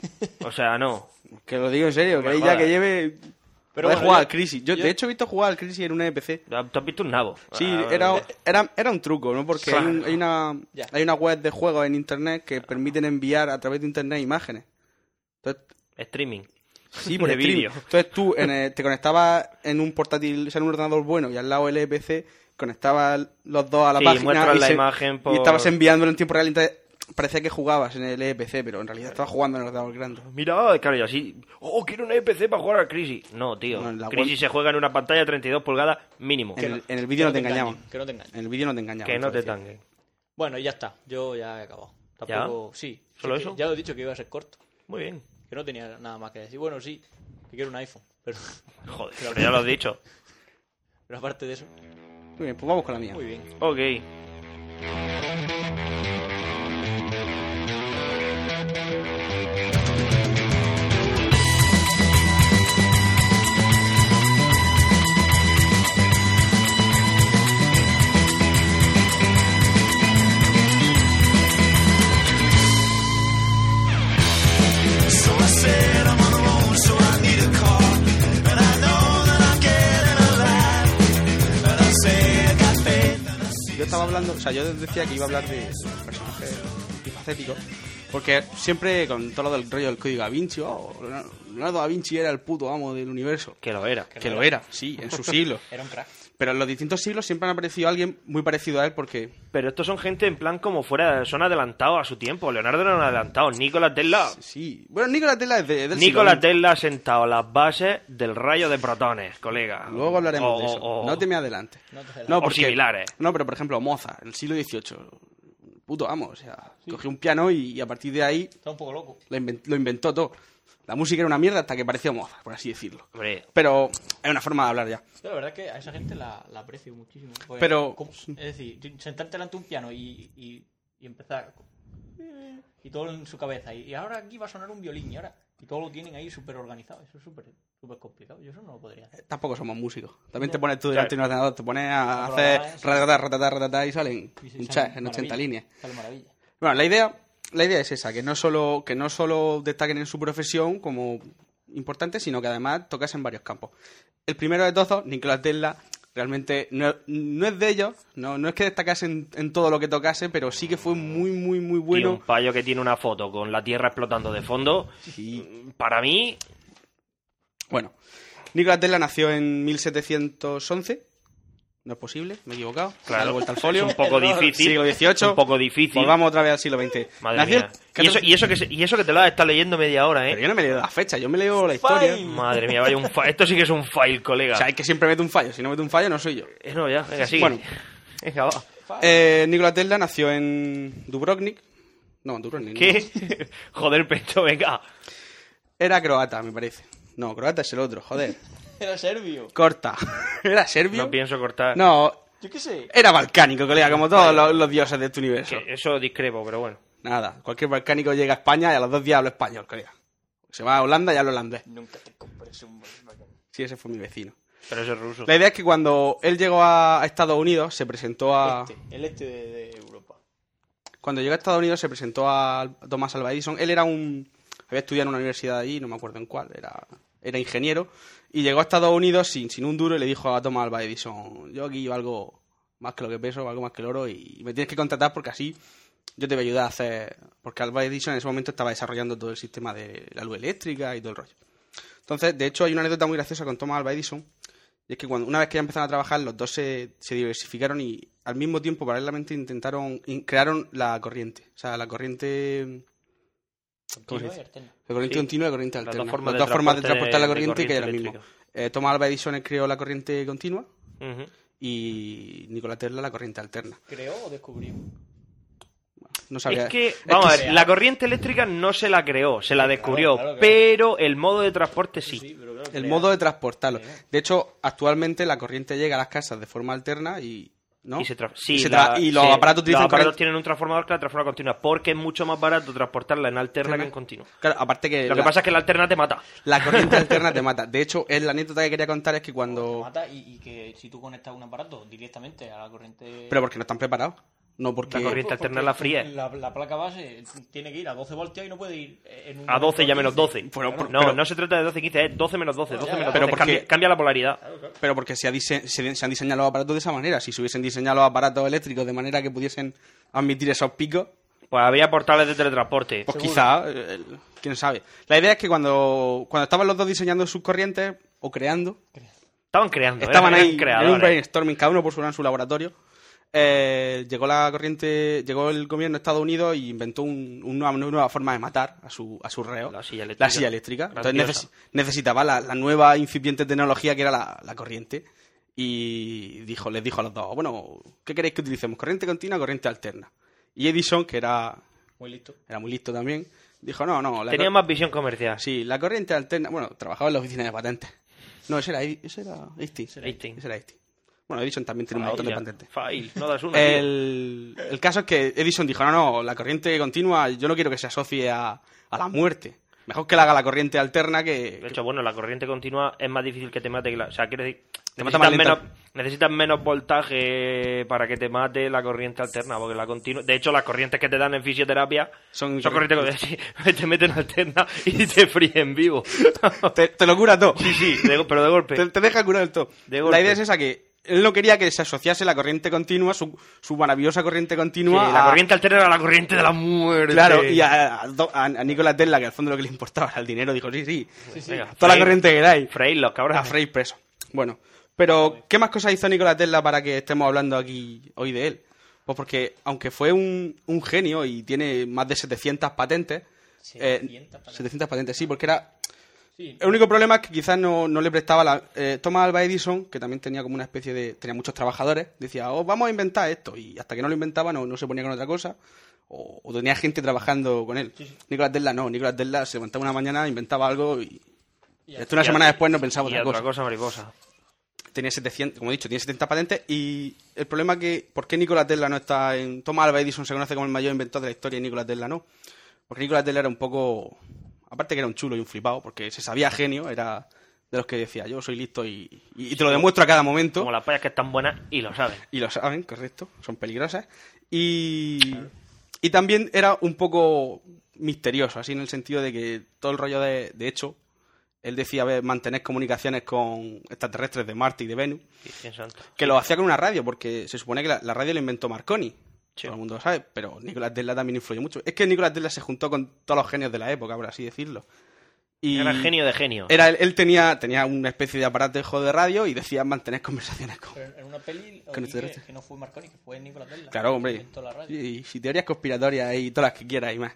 o sea, no.
Que lo digo en serio, queréis ya
jodas.
que lleve.
Pero
Pero
bueno,
jugar
yo-
al Crisis. Yo,
yo-
de hecho, he visto jugar al Crisis en un EPC.
Tú has visto un nabo.
Sí,
Ah,
era, era, era un truco, ¿no? Porque hay, un- hay una,
Ya.
hay una web de juegos en internet que permiten enviar a través de internet imágenes. Entonces,
Streaming.
sí, por
De
stream.
vídeo.
Entonces tú en el- te conectabas en un portátil, o sea, en un ordenador bueno y al lado el EPC, conectabas los dos a la
Sí,
página.
muestras
y
la imagen por-
y estabas enviándolo en tiempo real. Entonces, parecía que jugabas en el EPC, pero en realidad estabas jugando en el ordenador grande.
Mira, claro, y así. Oh, quiero una EPC para jugar a Crisis. No, tío.
No, en la
Crisis
web-
se juega en una pantalla de 32 pulgadas mínimo.
En
Que,
el, en el vídeo no te engañaban.
engañen, Que no te engañen.
En el vídeo no te engañaban.
no te
decía.
tanguen.
Bueno, y ya está. Yo ya he acabado. Tampoco. Sí.
¿Solo
Sí, que
eso?
Ya lo he dicho que iba a ser corto.
Muy bien.
Que no tenía nada más que decir. Bueno, sí, que quiero un iPhone. Pero,
Joder, pero ya lo has dicho.
pero aparte de eso,
Muy bien, pues vamos con la mía.
muy bien.
Ok.
Yo estaba hablando, o sea, yo decía que iba a hablar de personajes facéticos Porque siempre con todo lo del rollo del código da Vinci, oh, Leonardo da Vinci era el puto amo del universo.
Que lo era.
Que lo era, sí, en su siglo.
Era un crack.
Pero en los distintos siglos siempre han aparecido alguien muy parecido a él porque
Pero estos son gente en plan como fuera. Son adelantados a su tiempo. Leonardo era un adelantado. Nicolás Tesla.
Sí. Bueno, Nikola Tesla es de, del siglo
Nicolás
XX.
Tesla ha sentado las bases del rayo de protones, colega.
Luego hablaremos
O-
de eso.
o-
No te me adelantes.
No te adelantes.
No,
O similares.
No, pero por ejemplo, Mozart, en el siglo XVIII. Puto amo, o sea, cogió un piano y, y a partir de ahí
Está un poco loco.
lo, inven- lo inventó todo. La música era una mierda hasta que pareció Mozart, por así decirlo.
Hombre,
Pero es una forma de hablar ya.
Yo la verdad es que a esa gente la, la aprecio muchísimo. Porque,
Pero-
¿cómo? Es decir, sentarte delante de un piano y, y, y empezar... Y todo en su cabeza. Y, y ahora aquí va a sonar un violín. Y ahora... Y todo lo tienen ahí súper organizado. Eso es súper súper complicado. Yo eso no lo podría hacer.
Tampoco somos músicos. También te pones tú delante de un ordenador, te pones
A
a hacer
programar, sí.
ratatá, ratatá, ratatá y salen
Y se sale
un chat en
maravilla,
80 líneas.
Sale maravilla.
Bueno, la idea, la idea es esa, que no solo, que no solo destaquen en su profesión como importante, sino que además tocas en varios campos. El primero de todos, Nicolás Tesla, realmente no, no es de ellos, no, no es que destacase en, en todo lo que tocase, pero sí que fue muy, muy, muy
bueno.
bueno.
un payo que tiene una foto con la tierra explotando de fondo. Para mí,
Bueno, Nicolás Tesla nació en 1711. No es posible, me he equivocado. Dale
claro,
vuelta al folio.
es un poco difícil.
Siglo XVIII.
Un poco difícil.
Volvamos otra vez al siglo XX.
Madre
Nació el
mía. Y eso,
14
y eso que, se- y eso que te lo has estado leyendo media hora,
Pero
¿eh?
yo no me leo la fecha, yo me leo la historia.
Madre mía, vaya un fa- Esto sí que es un file, colega.
O sea, hay que siempre mete un fallo. Si no mete un fallo, no soy yo.
Eh, no, ya, venga, sigue.
Bueno.
Venga, va.
Eh, Nikola Tesla nació en Dubrovnik. No, Dubrovnik. no.
¿Qué? Joder, pecho, venga.
Era croata, me parece. No, croata es el otro, joder.
Era serbio.
Corta. ¿Era serbio?
No pienso cortar.
No,
Yo qué sé.
era balcánico, colega, como todos los, los dioses de este universo.
Que eso discrepo, pero bueno.
Nada, cualquier balcánico llega a España y a los dos días habla español, colega. Se va a Holanda y habla holandés.
Nunca te compres un Volkswagen.
Sí, ese fue mi vecino.
Pero eso es ruso.
La idea es que cuando él llegó a Estados Unidos, se presentó a...
Este, el este de, de Europa.
Cuando llegó a Estados Unidos se presentó a Thomas Alva Edison. Él era un... Había estudiado en una universidad allí, no me acuerdo en cuál, era, era ingeniero. Y llegó a Estados Unidos sin, sin un duro y le dijo a Thomas Alva Edison, yo aquí valgo más que lo que peso, valgo más que el oro y me tienes que contratar porque así yo te voy a ayudar a hacer... Porque Alva Edison en ese momento estaba desarrollando todo el sistema de la luz eléctrica y todo el rollo. Entonces, de hecho, hay una anécdota muy graciosa con Thomas Alva Edison. Y es que cuando, una vez que ya empezaron a trabajar, los dos se, se diversificaron y al mismo tiempo, paralelamente, intentaron, in- crearon la corriente. O sea, la corriente, ¿Cómo se
Continua
dice?
y alterna.
la corriente
Sí.
continua y la corriente
Las
alterna.
dos formas
Las
de
dos formas de
transporte
transportar la
de- de
corriente que hay ahora
corriente
mismo. Eh, Thomas Alva Edison creó la corriente continua
Ujú.
y Nikola Tesla la corriente alterna.
¿Creó o descubrió?
No sabía.
es que,
es
vamos a
sí.
ver, la corriente eléctrica no se la creó, se la descubrió,
claro, claro.
pero el modo de transporte sí.
pero claro,
El
crea.
modo de transportarlo. De hecho, actualmente la corriente llega a las casas de forma alterna y. ¿no?
Y, se tra- sí,
Y se
la-
tra- y los
sí,
aparatos
los
utilizan
aparatos
corriente-
tienen un transformador que la transforma continua, porque es mucho más barato transportarla en alterna que en continua.
Claro, aparte que.
Lo que
Eh, la-
pasa es que la alterna te mata.
La corriente alterna te mata. De hecho, es la anécdota que quería contar es que
Te
cuando...
mata y, y que si tú conectas un aparato directamente a la corriente...
Pero porque no están preparados. No porque...
La corriente alterna es la fría.
La, la placa base tiene que ir a 12 voltios y no puede ir en un...
A 12 ya menos 12.
Pero- pero-
no,
pues, pero-
no se trata de 12 15, es 12 menos 12, 12 menos 12.
Pero porque-
cambia, cambia la polaridad.
Pero porque se, ha dise- se- se han diseñado los aparatos de esa manera. Si se hubiesen diseñado los aparatos eléctricos de manera que pudiesen admitir esos picos,
Pues había portales de teletransporte.
pues quizá... eh, el- quién sabe. La idea es que cuando, cuando estaban los dos diseñando sus corrientes o creando,
Estaban creando, ¿eh?
estaban
eran
ahí en un
creadores.
brainstorming, cada uno por su lado en su laboratorio. eh, llegó la corriente, llegó el gobierno de Estados Unidos y inventó un- un nueva- una nueva forma de matar a su, a su reo.
La silla eléctrica.
silla eléctrica. Entonces
Grandiosa.
neces- necesitaba la, la nueva incipiente tecnología que era la, la corriente. Y dijo, les dijo a los dos, bueno, ¿qué queréis que utilicemos? ¿Corriente continua o corriente alterna? Y Edison, que era,
Muy listo.
era muy listo también, dijo, no, no. la
Tenía
cor-
más visión comercial.
Sí, la corriente alterna. Bueno, trabajaba en la oficina de patentes. No, ese era, ese era Esti. Ese
Einstein.
era Esti. Bueno, Edison también tiene un montón de
Fail,
patentes.
fail, no das una. tío.
El, el caso es que Edison dijo, no, no, la corriente continua, yo no quiero que se asocie a, a la muerte. Mejor que la haga la corriente alterna que...
De hecho, bueno, la corriente continua es más difícil que te mate que la... O sea, quiero decir,
Te mata más
necesitas menos,
lenta.
necesitas menos voltaje para que te mate la corriente alterna, porque la continua... De hecho, las corrientes que te dan en fisioterapia
Son-
son, corrientes que te meten alterna y te fríen vivo.
que- te, te lo cura todo.
sí, sí, de go- pero de golpe.
Te, te deja curar el todo.
De
la
golpe.
idea es esa que él no quería que se asociase la corriente continua, su, su maravillosa corriente
Sí,
continua,
la
a-
corriente alterna era la corriente de la muerte.
Claro, y a, a, Do- a- a Nikola Tesla, que al fondo lo que le importaba era el dinero, dijo, sí, sí,
Venga,
toda la
Frey-
corriente que dais.
Frey, los cabrones.
A Frey preso. Bueno, pero ¿qué más cosas hizo Nikola Tesla para que estemos hablando aquí hoy de él? Pues porque, aunque fue un, un genio y tiene más de 700 patentes... eh,
700 patentes.
700 patentes, sí, porque era...
Sí.
El único problema es que quizás no, no le prestaba la... eh, Thomas Alva Edison, que también tenía como una especie de... Tenía muchos trabajadores, decía, oh, vamos a inventar esto. Y hasta que no lo inventaba no, no se ponía con otra cosa. O, o tenía gente trabajando con él. Nikola Tesla no. Nikola Tesla se levantaba una mañana, inventaba algo y... Esto
Y
una
a-
semana después no pensaba
Y
otra
otra
cosa
cosa, mariposa.
tenía 700, como he dicho, tiene 70 patentes y el problema que, ¿por qué Nikola Tesla no está en... Thomas Alva Edison se conoce como el mayor inventor de la historia y Nikola Tesla no? Porque Nikola Tesla era un poco... Aparte que era un chulo y un flipado, porque se sabía genio, era de los que decía, yo soy listo y, y te lo demuestro a cada momento.
Como las payas que están buenas y lo saben.
Y lo saben, correcto, son peligrosas. Y, y también era un poco misterioso, así en el sentido de que todo el rollo de, de hecho, él decía, a ver, mantener comunicaciones con extraterrestres de Marte y de Venus
Virgen santa.
que lo hacía con una radio, porque se supone que la, la radio la inventó Marconi. Todo el mundo lo sabe, pero Nicolás Tesla también influyó mucho. Es que Nicolás Tesla se juntó con todos los genios de la época, por así decirlo. Y
Era genio de genio.
era él, él tenía, tenía una especie de aparatejo de radio y decía mantener conversaciones con...
Pero en una peli
Que
oí
no te
que,
derrotes.
que no fue Marconi, que fue Nicolás Tesla.
Claro,
que
hombre.
inventó la radio.
Y, y teorías conspiratorias y todas las que quieras y más.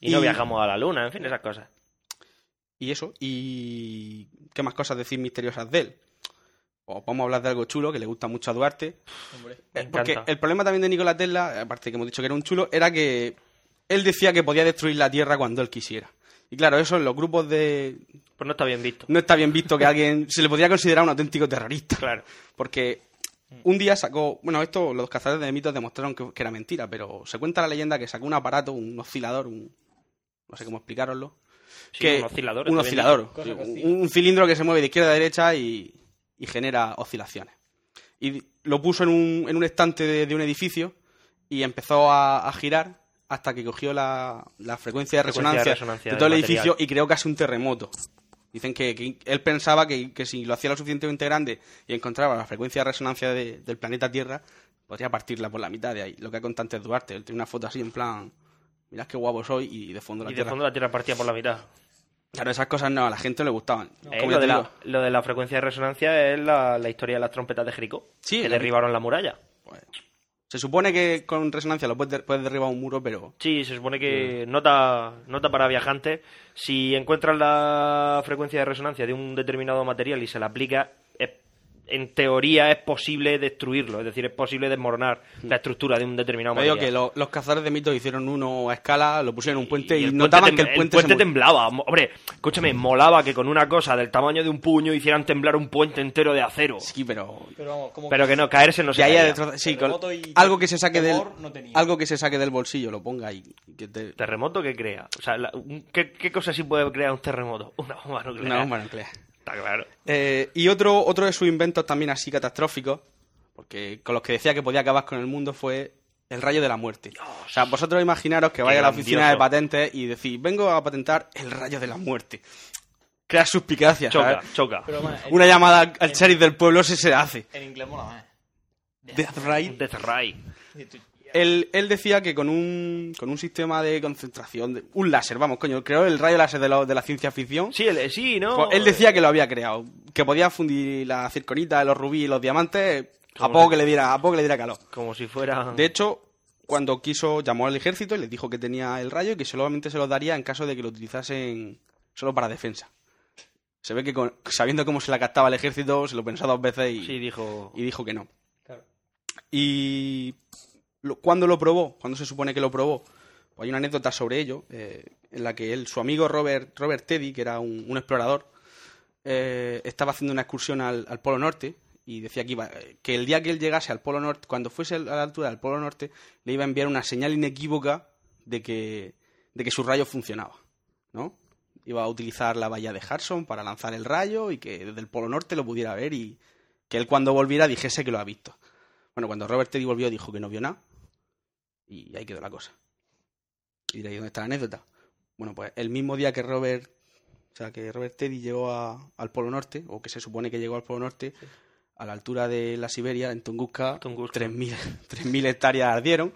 Y no
y-
viajamos a la luna, en fin, esas cosas.
Y eso, y qué más cosas decir misteriosas de él. O vamos a hablar de algo chulo que le gusta mucho a Duarte.
Hombre.
Me
Eh, Porque
encanta.
el problema también de Nikola Tesla, aparte que hemos dicho que era un chulo, era que él decía que podía destruir la Tierra cuando él quisiera. Y claro, eso en los grupos de...
Pues no está bien visto.
No está bien visto que alguien se le podría considerar un auténtico terrorista.
Claro. Mm.
Porque un día sacó... Bueno, esto los cazadores de mitos demostraron que, que era mentira, pero se cuenta la leyenda que sacó un aparato, un oscilador, un... No sé cómo explicaroslo.
Sí,
que
un oscilador.
Un
está bien
oscilador.
Cosa que
Un-
oscila.
un, cilindro que se mueve de izquierda a derecha y, y genera oscilaciones. Y lo puso en un, en un estante de, de un edificio y empezó a, a girar hasta que cogió la, la frecuencia de
Frecuencia
resonancia,
de
de,
resonancia
todo el
del
edificio
material.
y creó casi un terremoto. Dicen que, que él pensaba que, que si lo hacía lo suficientemente grande y encontraba la frecuencia de resonancia de- del planeta Tierra, podría partirla por la mitad de ahí. Lo que ha contado antes Duarte. Él tiene una foto así en plan, mirad qué guapo soy y de fondo la
Y de
Tierra.
fondo la Tierra partía por la mitad.
Claro, esas cosas no, a la gente le gustaban.
Eh, lo,
Como yo
de
te
la,
digo,
lo de la frecuencia de resonancia es la, la historia de las trompetas de Jericó.
Sí,
Que
la-
derribaron la muralla.
pues, se supone que con resonancia lo puedes, der- puedes derribar un muro, pero
Sí, se supone que
Mm.
nota, nota para viajantes. Si encuentras la frecuencia de resonancia de un determinado material y se la aplica, es- en teoría es posible destruirlo. Es decir, es posible desmoronar la estructura de un determinado
Mm. te digo
material.
que lo- los cazadores de mitos hicieron uno a escala, lo pusieron en un puente y,
el
notaban
tem-
que el puente, se movía.
temblaba. Mo- Hombre, escúchame, molaba que con una cosa del tamaño de un puño hicieran temblar un puente entero de acero.
Sí, pero
Pero vamos, como
Pero que no, caerse no
y
se
ahí
caía.
a destrozar- sí, con-
Terremoto y
algo que se saque del
temor no tenía.
algo que se saque del bolsillo lo ponga y que te,
¿Terremoto qué crea? O sea, la- un- ¿qué, qué cosa sí puede crear un terremoto? Una bomba nuclear.
una bomba nuclear.
Está claro.
Eh, y otro otro de sus inventos también así catastróficos, porque con los que decía que podía acabar con el mundo fue el rayo de la muerte. O sea, vosotros imaginaros que vais a la oficina
grandioso.
de patentes y decís, vengo a patentar el rayo de la muerte. Crea suspicacia.
Choca,
¿sabes?
choca.
Pero, bueno, en-
Una llamada al- al sheriff del pueblo se se hace.
En inglés mola más.
Death Ray.
Death Ray.
Y tú-
Él, él decía que con un, con un sistema de concentración, de- un láser, vamos, coño, creó el rayo láser de, lo- de la ciencia ficción.
Sí, el- sí, ¿no?
Pues él decía que lo había creado, que podía fundir la circonita, los rubíes y los diamantes A poco que le diera, a poco que le diera calor.
Como si fuera.
De hecho, cuando quiso, llamó al ejército y les dijo que tenía el rayo y que solamente se lo daría en caso de que lo utilizasen solo para defensa. Se ve que con- sabiendo cómo se la captaba el ejército, se lo pensó dos veces y,
Sí, dijo.
y dijo que no. ¿Y lo- cuándo lo probó? ¿Cuándo se supone que lo probó? Pues hay una anécdota sobre ello, eh, en la que él, su amigo Robert, Robert Teddy, que era un, un explorador, eh, estaba haciendo una excursión al, al Polo Norte y decía que, iba, que el día que él llegase al Polo Norte, cuando fuese a la altura del Polo Norte, le iba a enviar una señal inequívoca de que, de que su rayo funcionaba, ¿no? Iba a utilizar la bahía de Hudson para lanzar el rayo y que desde el Polo Norte lo pudiera ver y que él cuando volviera dijese que lo ha visto. Bueno, cuando Robert Teddy volvió dijo que no vio nada y ahí quedó la cosa. Y diréis, ¿dónde está la anécdota? Bueno, pues el mismo día que Robert, o sea, que Robert Teddy llegó a- al Polo Norte, o que se supone que llegó al Polo Norte, a la altura de la Siberia, en Tunguska,
Tunguska.
3.000 3.000 hectáreas ardieron.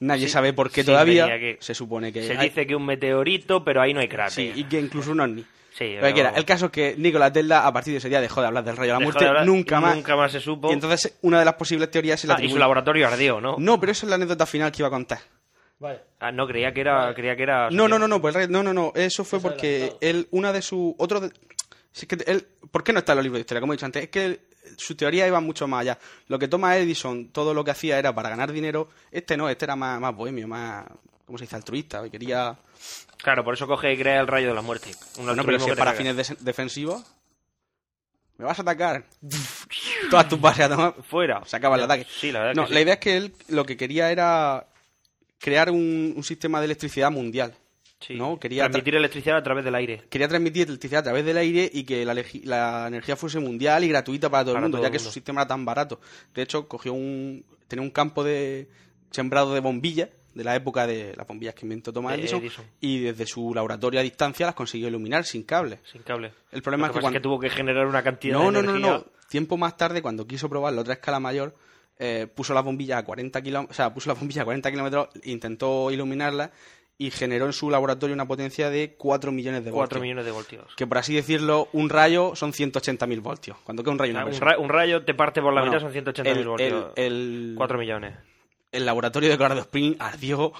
Nadie
Sí,
sabe por qué
sí,
todavía.
venía que-
se supone que...
Se
hay-
dice que un meteorito, pero ahí no hay cráter.
Sí, y que incluso un ovni.
Sí,
Lo que quiera.
pero-
El caso es que Nicolás Tesla, a partir de ese día, dejó de hablar del rayo de la
Dejó
muerte.
de hablar-
nunca más.
Nunca más se supo.
Y entonces, una de las posibles teorías se la
Ah, y su
atribuye-
laboratorio ardió, ¿no?
No, pero esa es la anécdota final que iba a contar.
Vale.
Ah, no, creía que era. Creía que era
No, no, no, no, pues el rey- no, no, no. Eso fue porque
adelantado.
él, una de sus. Otro de- si es que él, ¿Por qué no está en los libros de historia? Como he dicho antes, es que él- su teoría iba mucho más allá. Lo que Thomas Edison, todo lo que hacía era para ganar dinero. Este no, este era más, más bohemio, más. ¿Cómo se dice? Altruista. que Quería.
Claro, por eso coge y crea el rayo de la muerte. Un
No, pero
altruismo
si
que
es
te
para
cagas.
fines des- defensivos. ¿Me vas a atacar? Todas tus bases a tomar.
Fuera.
se acaba el
Ya,
ataque.
Sí, la verdad.
No,
que sí.
la idea es que él lo que quería era crear un, un sistema de electricidad mundial.
Sí.
¿no? Quería tra-
Transmitir electricidad a través del aire.
Quería transmitir electricidad a través del aire y que la, legi- la energía fuese mundial y gratuita para todo
Para
el mundo,
todo
ya
el
que
mundo.
su sistema era tan barato. De hecho, cogió un tenía un campo de sembrado de bombillas de la época de las bombillas que inventó Thomas
De
Edison,
Edison.
y desde su laboratorio a distancia las consiguió iluminar sin cable.
Sin cable.
El problema
Lo
es que
pasa
cuando-
tuvo que generar una cantidad
No,
de
no, no,
energía.
no, no. Tiempo más tarde, cuando quiso probar la otra escala mayor, eh, puso la bombilla a 40 kilómetros, o sea, puso la bombilla a 40 kilómetros, intentó iluminarla y generó en su laboratorio una potencia de 4 millones de
4
voltios.
millones de voltios.
Que por así decirlo, un rayo son 180.000 voltios. Cuando queda un rayo,
O sea,
una
un,
persona.
ra- un rayo te parte por la
pues Bueno,
mitad, son 180.000
el-
voltios.
El, el-
4 millones.
el laboratorio de Colorado Spring ardió.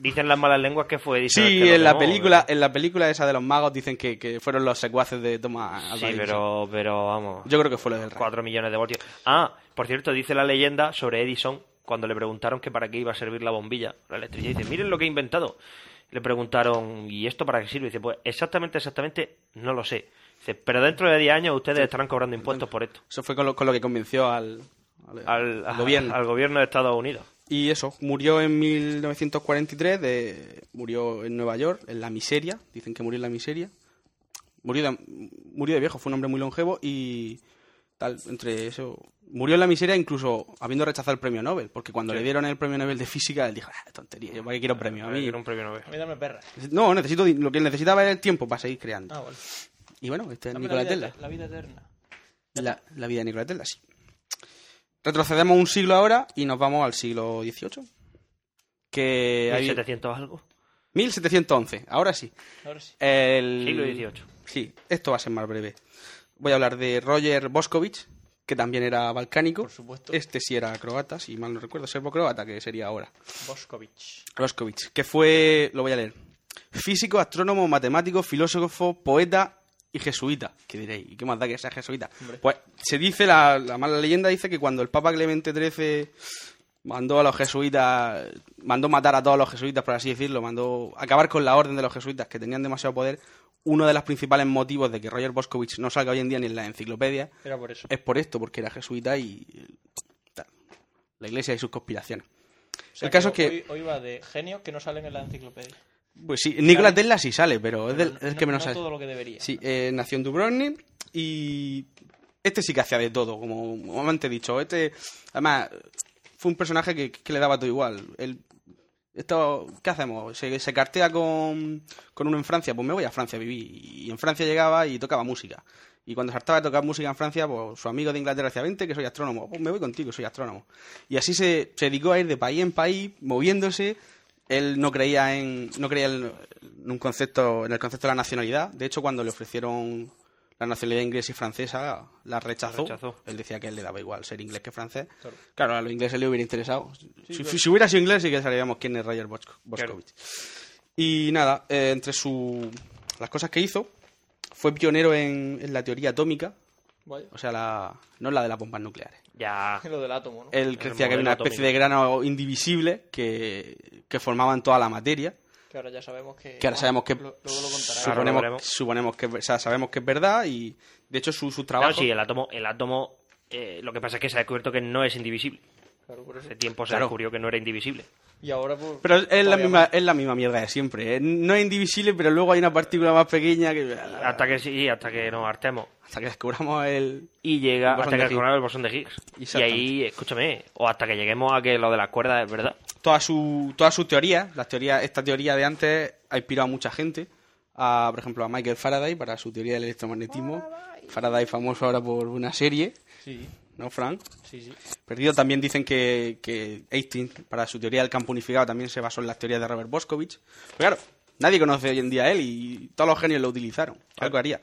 Dicen las malas lenguas que fue Edison el
Sí,
que lo
en la
quemó,
película,
pero-
en la película esa de los magos dicen que, que fueron los secuaces de Thomas Alva
Sí,
Edison.
pero, pero vamos.
Yo creo que fue lo del rayo.
4 millones de voltios. Ah, por cierto, dice la leyenda sobre Edison cuando le preguntaron que para qué iba a servir la bombilla, la electricidad. Dice, miren lo que he inventado. Le preguntaron, ¿y esto para qué sirve? Dice, pues exactamente, exactamente, no lo sé. Dice, pero dentro de 10 años ustedes estarán cobrando impuestos por esto.
Eso fue con lo, con lo que convenció al, al-
Al,
al gobierno.
al gobierno de Estados Unidos.
Y eso, murió en 1943, de, murió en Nueva York, en la miseria, dicen que murió en la miseria. Murió de, murió de viejo, fue un hombre muy longevo y tal, entre eso. Murió en la miseria incluso habiendo rechazado el premio Nobel, porque cuando le dieron el premio Nobel de física, él dijo, ah, tontería, yo para qué quiero premio a mí.
Era un premio Nobel.
A mí dame perra.
No, necesito, di- lo que él necesitaba era el tiempo para seguir creando.
Ah, vale.
Y bueno, este es
Dame
Nikola
la, vida,
Tesla.
eter- la vida eterna.
La, la vida de Nikola Tesla, sí. Retrocedemos un siglo ahora y nos vamos al siglo XVIII. Que hay
1700 algo.
1711, ahora sí.
Ahora sí.
El...
Siglo XVIII.
Sí, esto va a ser más breve. Voy a hablar de Roger Boscovich, que también era balcánico.
Por supuesto.
Este sí era croata, si mal no recuerdo, serbo-croata, que sería ahora.
Boscovich.
Roscovich, que fue, lo voy a leer, físico, astrónomo, matemático, filósofo, poeta y jesuita. ¿Qué diréis? ¿Y qué más da que sea jesuita? Pues se dice, la, la mala leyenda dice que cuando el Papa Clemente XIII mandó a los jesuitas, mandó matar a todos los jesuitas, por así decirlo, mandó acabar con la orden de los jesuitas que tenían demasiado poder, uno de los principales motivos de que Roger Boscovich no salga hoy en día ni en la enciclopedia
Era por eso.
es por esto, porque era jesuita y eh, tal, la iglesia y sus conspiraciones.
O sea
el caso es que-
Hoy, hoy va de genios que no salen en la enciclopedia.
Pues sí, Nikola Tesla sí sale, pero es, del,
Pero
es el
no-
que menos
no
sale.
todo lo que debería.
Sí, eh, nació en Dubrovnik y este sí que hacía de todo, como, como antes he dicho. Este, además, fue un personaje que, que le daba todo igual. Él, esto, ¿Qué hacemos? Se, se cartea con, con uno en Francia, pues me voy a Francia a vivir. Y en Francia llegaba y tocaba música. Y cuando se hartaba de tocar música en Francia, pues su amigo de Inglaterra decía, vente que soy astrónomo. Pues me voy contigo, soy astrónomo. Y así se, se dedicó a ir de país en país, moviéndose. Él no creía en no creía en, en un concepto en el concepto de la nacionalidad. De hecho, cuando le ofrecieron la nacionalidad inglesa y francesa la rechazó.
rechazó.
Él decía que él le daba igual ser inglés que francés. Claro, a los ingleses le hubiera interesado. si, si hubiera sido inglés, sí que sabríamos quién es Roger Bosch- Boscovich. Y nada, eh, entre su, las cosas que hizo, fue pionero en, en la teoría atómica,
Vaya.
o sea, la, no la de las bombas nucleares.
Ya.
Lo del átomo, ¿no?
Él creía
modelo
que había una especie
atómico.
de grano indivisible que, que formaban toda la materia.
Que ahora ya sabemos que. Ah,
Que ahora sabemos que
Lo- Luego lo contará.
Claro, Ah, lo
suponemos,
veremos.
suponemos que o sea, sabemos que es verdad y de hecho su, su trabajo
Claro, sí, el átomo. El átomo eh, lo que pasa es que se ha descubierto que no es indivisible.
Claro, por eso.
Hace tiempo se
Claro.
descubrió que no era indivisible.
Y ahora, pues.
pero es la
todavía
misma
más.
es la misma mierda de siempre ¿eh? no es indivisible pero luego hay una partícula más pequeña que
Hasta que sí, hasta que nos hartemos.
hasta que descubramos el
Y llega
El bosón
hasta
de
que
Higgs.
descubramos el bosón de Higgs. Y
Exactamente.
ahí, escúchame, o hasta que lleguemos a que lo de las cuerdas es verdad.
toda su toda su teoría las teorías esta teoría de antes ha inspirado a mucha gente a, por ejemplo a Michael Faraday para su teoría del electromagnetismo Faraday famoso ahora por una serie
Sí,
no Frank
sí, sí.
Perdido también dicen que, que Einstein, para su teoría del campo unificado, también se basó en las teorías de Robert Boscovich. Pero claro, nadie conoce hoy en día a él y todos los genios lo utilizaron. Algo haría.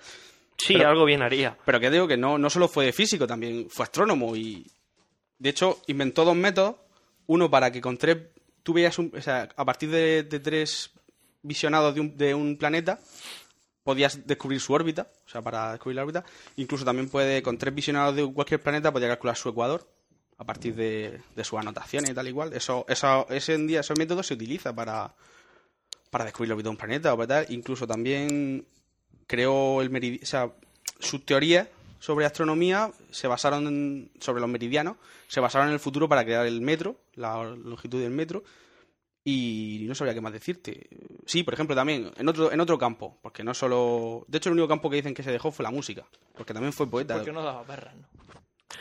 Sí,
Pero-
algo bien haría.
Pero que digo que no, no solo fue físico, también fue astrónomo y. De hecho, inventó dos métodos. Uno para que con tres. Tú veías un- o sea, a partir de, de tres visionados de un, de un planeta, podías descubrir su órbita. O sea, para descubrir la órbita. Incluso también puede, con tres visionados de cualquier planeta, podía calcular su ecuador. A partir de, de sus anotaciones y tal y cual. Eso, eso, ese en día, esos métodos se utiliza para, para descubrir la órbita de un planeta o para tal. Incluso también creó el meridiano, o sea, sus teorías sobre astronomía se basaron en- sobre los meridianos, se basaron en el futuro para crear el metro, la longitud del metro, y no sabría qué más decirte. Sí, por ejemplo, también en otro, en otro campo, porque no solo... De hecho, el único campo que dicen que se dejó fue la música, porque también fue poeta.
Porque no daba perras, ¿no?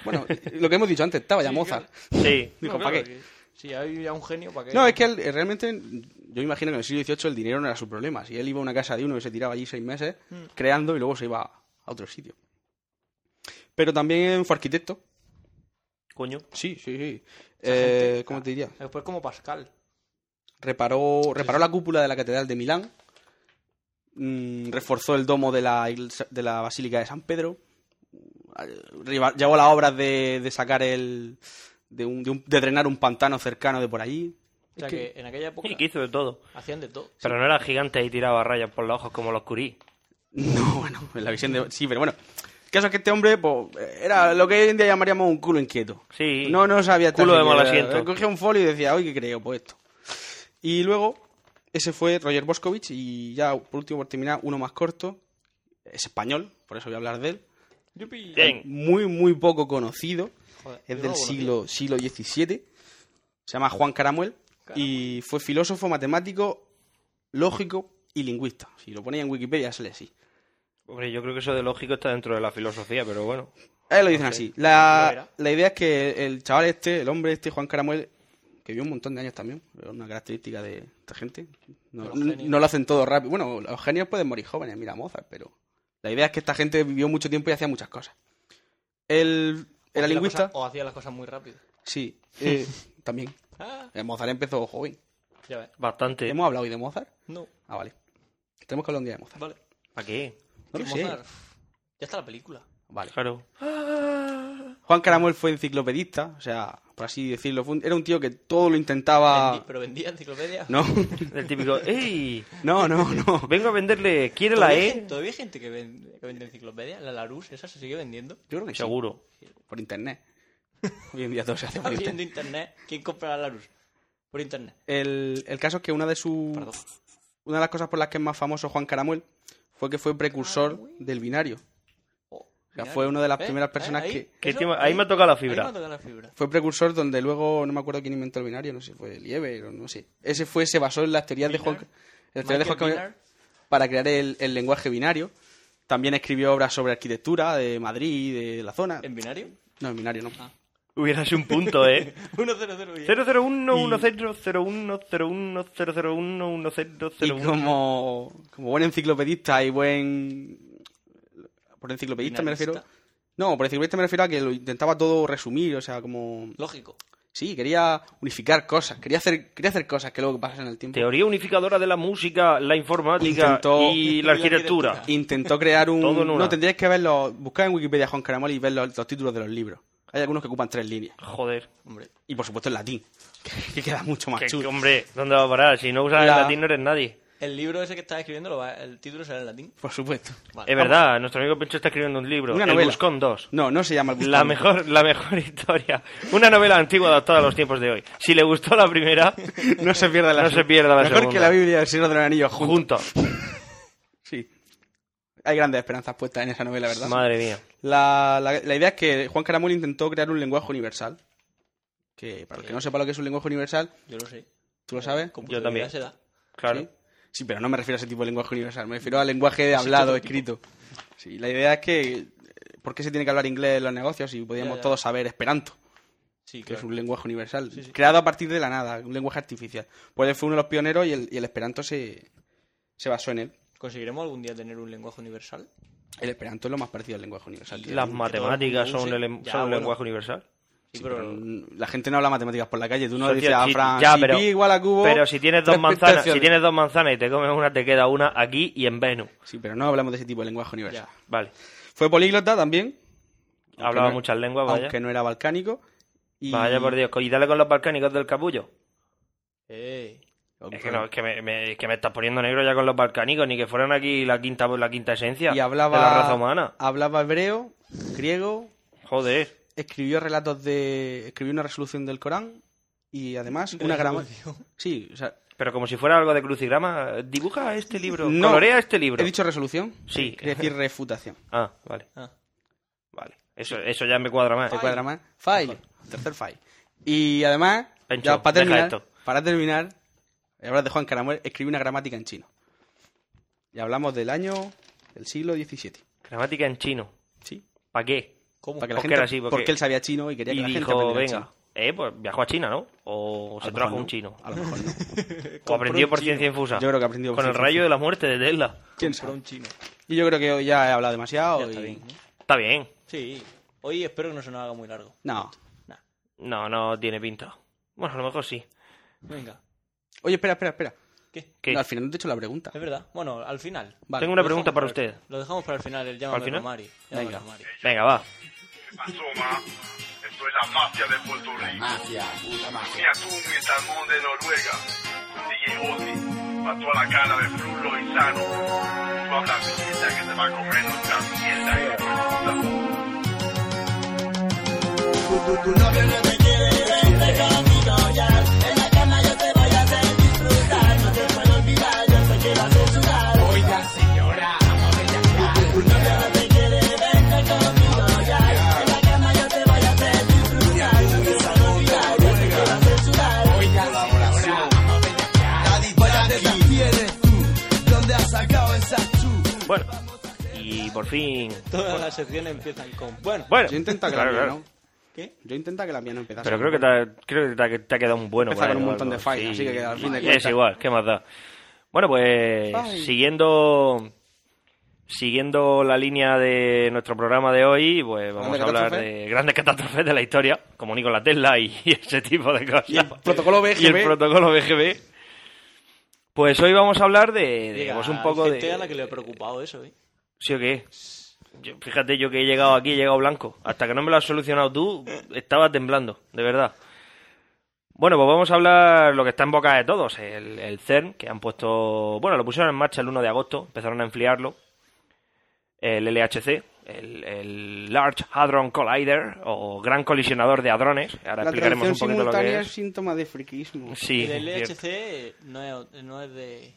Bueno, lo que hemos dicho antes, estaba ya Mozart.
Sí.
Dijo,
No,
¿para
claro,
qué?
que Si hay ya un genio, ¿para qué?
No, es que él, eh, realmente, yo imagino que en el siglo XVIII el dinero no era su problema. Si él iba a una casa de uno y se tiraba allí seis meses
Mm.
creando y luego se iba a otro sitio. Pero también fue arquitecto.
Coño.
Sí, sí, sí.
Esa
Eh,
gente,
¿Cómo
ah,
te diría?
Después, como Pascal.
Reparó, reparó la cúpula de la Catedral de Milán. mm, reforzó el domo de la, iglesia- de la Basílica de San Pedro. Lleva- Llevó las obras de, de sacar el. De, un- de un- de drenar un pantano cercano de por allí.
O sea,
Es
que... en aquella época
Sí, que hizo de todo.
hacían de todo.
Pero no era gigante y tiraba rayas por los ojos como los curí.
No, bueno, en la visión de... Sí, pero bueno. El caso es que este hombre, pues, era lo que hoy en día llamaríamos un culo inquieto.
Sí.
No, no sabía...
Culo de
tal-
mal asiento.
Cogía un folio y decía, oye, ¿qué creo? Pues esto. Y luego, ese fue Roger Boscovich y ya, por último, por terminar, uno más corto. Es español, por eso voy a hablar de él.
Yupi.
Bien.
Muy, muy poco conocido.
Joder,
es
yo
del
no lo conocía.
siglo, siglo XVII. Se llama Juan Caramuel. Y fue filósofo, matemático, lógico y lingüista. Si lo ponía en Wikipedia, sale así.
Hombre, yo creo que eso de lógico está dentro de la filosofía, pero bueno.
Ahí lo dicen así.
Lo
La,
era.
la idea es que el chaval este, el hombre este, Juan Caramuel, que vivió un montón de años también, es una característica de esta gente, no,
De los
n-
genios.
no lo hacen todo rápido. Bueno, los genios pueden morir jóvenes, mira Mozart, pero la idea es que esta gente vivió mucho tiempo y hacía muchas cosas. Él era
Hacía las
lingüista,
cosas- o hacía las cosas muy rápido.
sí, eh, también.
Ah,
Eh, Mozart empezó joven.
ya ves.
Bastante.
¿Hemos hablado hoy de Mozart?
No,
Ah, vale. Tenemos que hablar un día de Mozart.
vale.
¿Para qué?
No lo
Que
sé.
Mozart, Ya está la película.
Vale.
Claro.
Juan Caramuel fue enciclopedista, o sea, por así decirlo, fue un- era un tío que todo lo intentaba...
Vendí- pero vendía enciclopedia.
Ah. No,
El típico, ¡ey!
no, no, no.
Vengo a venderle, ¿quiere la
¿Todavía, hay
E?
gente, todavía hay gente que vende, que vende enciclopedia. La Larus, esa se sigue vendiendo.
Yo creo que sí.
Seguro.
Por internet. Hoy en día todo se hace por
Viendo
internet.
internet. ¿Quién compra la Larus? Por internet.
El, el caso es que una de sus.
Perdón.
Una de las cosas por las que es más famoso Juan Caramuel fue que fue precursor del binario.
Oh,
sea,
mirad.
fue una de las
¿Eh?
primeras
¿Eh?
personas
Ahí,
que-
Que
eso, ¿Eh?
encima- ahí me ha tocado la fibra.
Ahí me ha tocado la fibra.
Fue precursor donde luego, no me acuerdo quién inventó el binario, no sé si fue Lieber o no sé. Ese fue, se basó en las teorías de Juan,
Binar.
en las teorías de Juan
Michael
Caramuel
Binar.
para crear el, el lenguaje binario. También escribió obras sobre arquitectura de Madrid, de la zona.
¿En binario?
No, en binario no.
Hubiera sido un punto, ¿eh?
100 bien.
001 1001 01 001
Y
1001
como, como buen enciclopedista y buen... Por enciclopedista me refiero...
Finalista.
No, por enciclopedista me refiero a que lo intentaba todo resumir, o sea, como...
Lógico.
Sí, quería unificar cosas, quería hacer, quería hacer cosas que luego pasan en el tiempo.
Teoría unificadora de la música, la informática
Intentó-
y la arquitectura.
Intentó crear un...
Todo en una.
No, tendríais que verlo, buscar en Wikipedia Juan Caramoli y ver los, los títulos de los libros. Hay algunos que ocupan tres líneas.
Joder.
Hombre,
Y por supuesto en latín, que, que queda mucho más
Que- que,
chulo.
hombre, ¿dónde va a parar? Si no usas el
La-
latín no eres nadie.
el libro ese que estás escribiendo, lo va- el título será en latín.
Por supuesto.
Vale.
Es verdad, nuestro amigo Pincho está escribiendo un libro.
Una
el
novela.
Buscón 2.
No, no se llama el Buscón.
La mejor, la mejor historia. Una novela antigua adaptada a los tiempos de hoy. Si le gustó la primera,
No se pierda la
No
segunda.
se pierda la
Mejor
segunda.
que la Biblia del Señor de los Anillos juntos.
juntos.
Sí. Hay grandes esperanzas puestas en esa novela, ¿verdad?
Madre mía.
La, la- la idea es que Juan Caramoli intentó crear un lenguaje universal. Que para el que no sepa lo que es un lenguaje universal,
Yo lo sé.
¿tú lo sabes?
Computabilidad
también.
se da.
Claro.
¿Sí? Sí, pero no me refiero a ese tipo de lenguaje universal, me refiero al lenguaje de hablado, escrito. Sí, la idea es que eh, ¿por qué se tiene que hablar inglés en los negocios si podíamos
Ya, ya.
todos saber esperanto?
Sí,
que
claro.
es un lenguaje universal,
Sí, sí.
creado a partir de la nada, un lenguaje artificial. Pues él fue uno de los pioneros y el, y el esperanto se, se basó en él.
¿Conseguiremos algún día tener un lenguaje universal?
El esperanto es lo más parecido al lenguaje universal. que
Las
hay.
matemáticas
todo el
son,
mundo
el,
use. Ya,
son un
bueno.
lenguaje universal.
Sí,
Sí,
pero,
pero mm, la gente no habla matemáticas por la calle. Tú no le
Socio,
dices a
si-
Fran,
ya,
si
pero,
pi igual a cubo...
pero si tienes dos
tres
manzanas, si
pentaciones.
tienes dos manzanas y te comes una, te queda una aquí y en Venus.
Sí, pero no hablamos de ese tipo de lenguaje universal.
Ya.
Vale.
Fue políglota también. aunque
Hablaba muchas lenguas, Ah, vaya.
Aunque no era balcánico. Y...
Vaya por Dios. Y dale con los balcánicos del capullo.
eh,
Es que, no, es que me, me- es que me estás poniendo negro ya con los balcánicos, ni que fueran aquí la quinta, la quinta esencia
Y hablaba...
de la raza humana.
Hablaba hebreo, griego,
Joder.
escribió relatos de... Escribió una resolución del Corán y además una gramática... Sí, o sea...
Pero como si fuera algo de crucigrama, dibuja este libro,
no-
colorea este libro.
¿He dicho resolución?
Sí.
Quería decir refutación.
Ah, vale.
Ah.
Vale. Eso, eso ya me cuadra más.
Te cuadra más. Fail. Tercer fail. Y además,
Pencho,
ya para
deja
terminar,
esto.
para terminar, hablar de Juan Caramuel, escribí una gramática en chino. Y hablamos del año del siglo XVII.
Gramática en chino.
¿Sí?
¿Para qué?
¿Cómo?
Para que la
Porque
gente,
era así, porque-
él sabía chino y quería que
Y
la gente
dijo,
aprendiera
venga,
chino.
eh, pues viajó a China, ¿no? O
A
se
lo
trajo
mejor
un
no, Eh,
chino.
A lo mejor no.
O aprendió por ciencia infusa.
Yo creo que aprendió por
Con el
ciencia
rayo
infusa.
de la muerte de Tesla.
¿Quién
Compró
sabe?
un chino.
Y yo creo que hoy ya he hablado demasiado.
Ya está
y-
bien, ¿no?
Está bien.
Sí. Hoy espero que no se nos haga muy largo.
No.
Nah.
No, no tiene pinta. Bueno, a lo mejor sí.
Venga.
Oye, espera, espera, espera.
¿Qué?
¿Qué?
No, al final no te he hecho la pregunta.
Es verdad. Bueno, al final.
Vale.
Tengo una
Lo
pregunta
dejamos
para
el-
usted.
Lo dejamos para el final, el llámame
¿Al final?
Romari. Llámame
Venga.
Romari.
Venga, va.
Pasó, ma. Esto es la mafia de Puerto Rico.
Mafia, puta mafia.
Y atún y salmón de Noruega. DJ Ozzy. Pa' toda la cara de Frulo y Sano. Tú hablas mierda que te va a comer nuestra mierda. hijo de puta.
Bueno. Y por fin...
Todas las secciones empiezan con. Bueno,
Bueno.
Yo intento que
claro,
la mía
claro.
no.
¿qué?
Yo intento que la mía no empezase.
Pero creo que, te ha, creo que te ha- te ha quedado un bueno.
Empieza
por ahí
con un
o
montón
algo.
de fallas, así que al fin de
Es
cuentas-
igual, ¿qué más da? Bueno, pues
Fallas.
siguiendo siguiendo la línea de nuestro programa de hoy, pues vamos a
Grandes
hablar
catástrofes.
de grandes catástrofes de la historia, como Nikola Tesla y, y ese tipo de cosas.
Y el protocolo BGB.
Y el protocolo BGB. Pues hoy vamos a hablar de, de,
Llega,
pues, un poco
hay
de
gente a la que le ha preocupado eso, ¿eh?
¿Sí o qué? Yo- fíjate, yo que he llegado aquí, he llegado blanco. Hasta que no me lo has solucionado tú, estaba temblando, de verdad. Bueno, pues vamos a hablar lo que está en boca de todos, el, el CERN, que han puesto... Bueno, lo pusieron en marcha el 1 de agosto, empezaron a enfriarlo. El LHC, el, el Large Hadron Collider, o Gran Colisionador de Hadrones. Ahora
La
explicaremos un
traducción
poquito lo que
simultánea es
es.
síntoma de friquismo.
Sí,
el
cierto.
LHC E no es, no es de.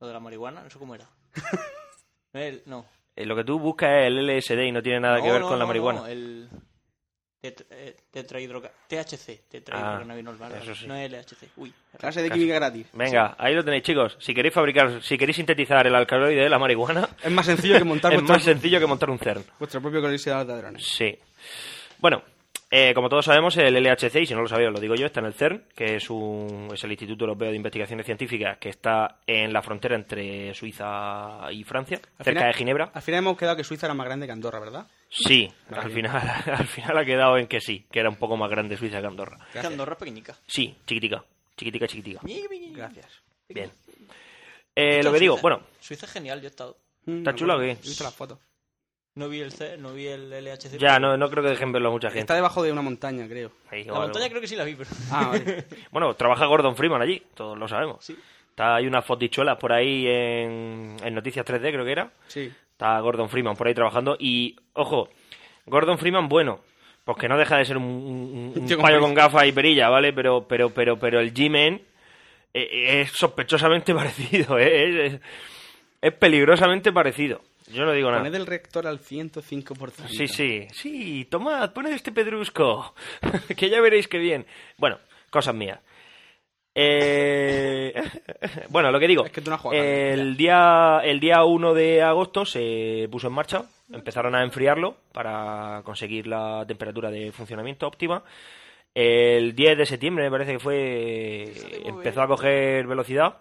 Lo de la marihuana, no sé cómo era. No. es el- no.
Eh, Lo que tú buscas es el LSD y no tiene nada que
No,
ver
no,
con la
no,
marihuana.
no, el. tet- eh, tetrahidroca- THC, tetrahidrocannabinol, ¿vale?
Ah, eso sí.
No es LHC. Uy,
Clase de
Casi.
química gratis.
Venga, ahí lo tenéis, chicos. Si queréis fabricar, si queréis sintetizar el alcaloide de la marihuana,
Es más sencillo que montar
es
vuestro,
más sencillo que montar un CERN.
vuestro propio colisionador de hadrones.
Sí. Bueno, Eh, como todos sabemos, el LHC, y si no lo sabéis, os lo digo yo, está en el CERN, que es, un, es el Instituto Europeo de Investigaciones Científicas que está en la frontera entre Suiza y Francia, cerca
Al final- Ah.
de Ginebra.
Al final hemos quedado que Suiza era más grande que Andorra, ¿verdad?
Sí,
Ah,
al final, al final ha quedado en que sí, que era un poco más grande Suiza que Andorra.
Que Andorra es pequeñica.
Sí, chiquitica, chiquitica, chiquitica.
Gracias.
Bien. Eh, lo que digo,
Suiza-
bueno,
Suiza es genial, yo he estado.
¿Está chula o qué?
Mm, He visto las fotos.
No vi el C, no vi el LHC.
ya
pero-
no, no creo que dejen verlo a mucha gente.
Está debajo de una montaña, creo.
Ahí, o
La
algo.
montaña creo que sí la vi, pero.
Ah, vale.
Bueno, trabaja Gordon Freeman allí, todos lo sabemos.
Sí.
Está, hay unas fotichuelas por ahí en, en Noticias 3D, creo que era.
Sí.
Está Gordon Freeman por ahí trabajando. Y, ojo, Gordon Freeman, bueno, pues que no deja de ser un, un- un
Tío
payo
con perilla.
con gafas y perilla, ¿vale? Pero, pero, pero, pero el G-Man eh, eh, es sospechosamente parecido, ¿eh? Es, es- es peligrosamente parecido. Yo no digo nada.
Poned el rector al 105%.
Sí, sí, sí, tomad, poned este pedrusco, que ya veréis que bien. Bueno, cosas mías. Eh, bueno, lo que digo,
Es que tú no has jugado,
el, día, el día 1 de agosto se puso en marcha, empezaron a enfriarlo para conseguir la temperatura de funcionamiento óptima. El 10 de septiembre, me parece que fue, empezó a coger velocidad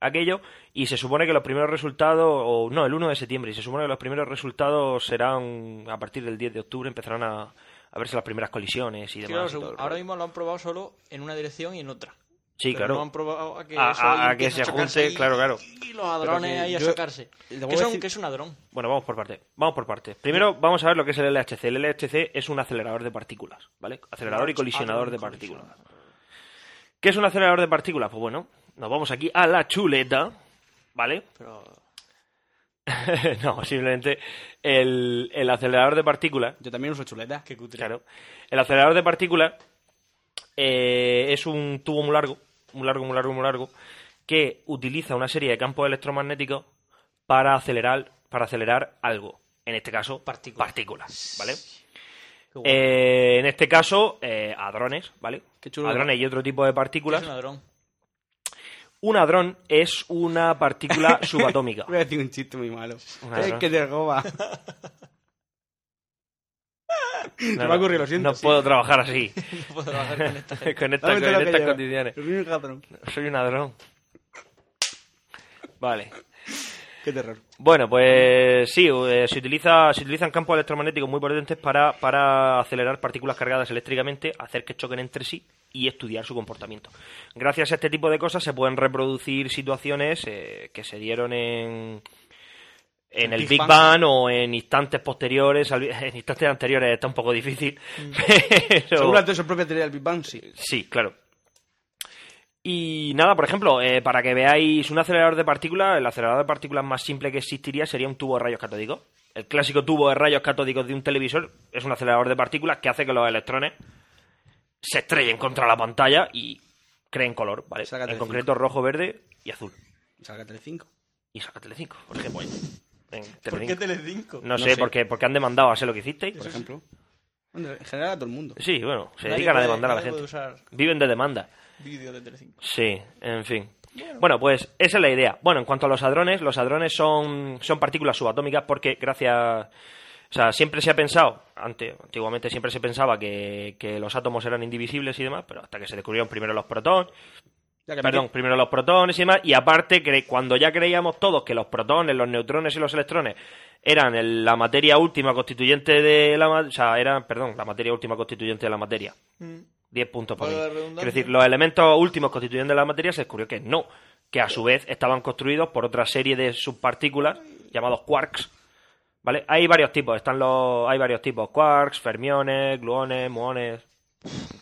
aquello y se supone que los primeros resultados, o no, el 1 de septiembre, y se supone que los primeros resultados serán a partir del 10 de octubre, empezarán a, a verse las primeras colisiones y
Claro,
demás. y
según-
todo el
ahora
rollo.
mismo lo han probado solo en una dirección y en otra.
sí,
Pero
claro.
No han probado a que,
A-
eso
a-
ahí
a que
empiece
se
chocarse
junte,
ahí
claro, claro.
Y los hadrones
que
ahí a
yo-
sacarse.
le
¿Qué
voy a
son-
decir-
¿Qué es un hadrón?
Bueno, vamos por parte. Vamos por parte. Primero vamos a ver lo que es el LHC. El LHC es un acelerador de partículas, ¿vale? Acelerador y colisionador de partículas. ¿Qué es un acelerador de partículas? Pues bueno, nos vamos aquí a la chuleta, ¿vale?
Pero.
no, simplemente el, el acelerador de partículas
Yo también uso chuletas.
Qué cutre.
Claro. El acelerador de partículas eh, es un tubo muy largo, muy largo, muy largo, muy largo, que utiliza una serie de campos electromagnéticos para acelerar, para acelerar algo. En este caso,
Partículas.
partículas ¿vale?
Qué guay.
Eh, en este caso, eh, hadrones, ¿vale?
Qué chulo.
Hadrones y otro tipo de
¿Qué
partículas.
es un hadrón?
Un hadrón es una partícula subatómica.
Voy a decir un chiste muy malo.
Una
es
ladrón.
que te roba.
No,
me ha ocurrido, lo siento,
no
sí.
puedo trabajar así,
No puedo trabajar con esta gente.
con estas-
Dame todo
en
lo que
estas
lleva.
condiciones.
Soy un ladrón.
Soy un hadrón. Vale.
Qué terror.
Bueno, pues sí, eh, se, utiliza, se utilizan campos electromagnéticos muy potentes para, para acelerar partículas cargadas eléctricamente, hacer que choquen entre sí y estudiar su comportamiento. Gracias a este tipo de cosas se pueden reproducir situaciones eh, que se dieron en, en el Big Bang. o en instantes posteriores, al- en instantes anteriores está un poco difícil, pero...
Seguramente su propia teoría del Big Bang, sí.
Sí, claro. Y nada, por ejemplo, eh, para que veáis un acelerador de partículas, el acelerador de partículas más simple que existiría sería un tubo de rayos catódicos. El clásico tubo de rayos catódicos de un televisor es un acelerador de partículas que hace que los electrones se estrellen contra la pantalla y creen color, ¿vale?
Saca
En
Telecinco.
concreto rojo, verde y azul.
Saca Telecinco.
Y saca Telecinco, por ejemplo. En
¿Por
Telecinco.
qué Telecinco?
No, sé, Porque, porque han demandado a sé lo que hicisteis.
Por ejemplo. Bueno, en general a todo el mundo.
Sí, bueno, se
Nadie
dedican a
puede-
demandar a la
nadie
gente.
puede usar
Viven de demanda.
vídeo de Telecinco.
Sí, en fin. Bueno, pues esa es la idea. Bueno, en cuanto a los hadrones, los hadrones son, son partículas subatómicas porque gracias... O sea, siempre se ha pensado, ante- antiguamente siempre se pensaba que, que los átomos eran indivisibles y demás, pero hasta que se descubrieron primero los protones,
Ya que
perdón, primero los protones y demás, y aparte cre- cuando ya creíamos todos que los protones, los neutrones y los electrones eran el- la materia última constituyente de la, ma- o sea, eran, perdón, la materia última constituyente de la materia, 10 puntos para mí.
Mm. Valga la
Es
redundancia.
decir, los elementos últimos constituyentes de la materia se descubrió que no, que a su vez estaban construidos por otra serie de subpartículas llamados quarks. ¿Vale? Hay varios tipos, están los hay varios tipos, quarks, fermiones, gluones, muones,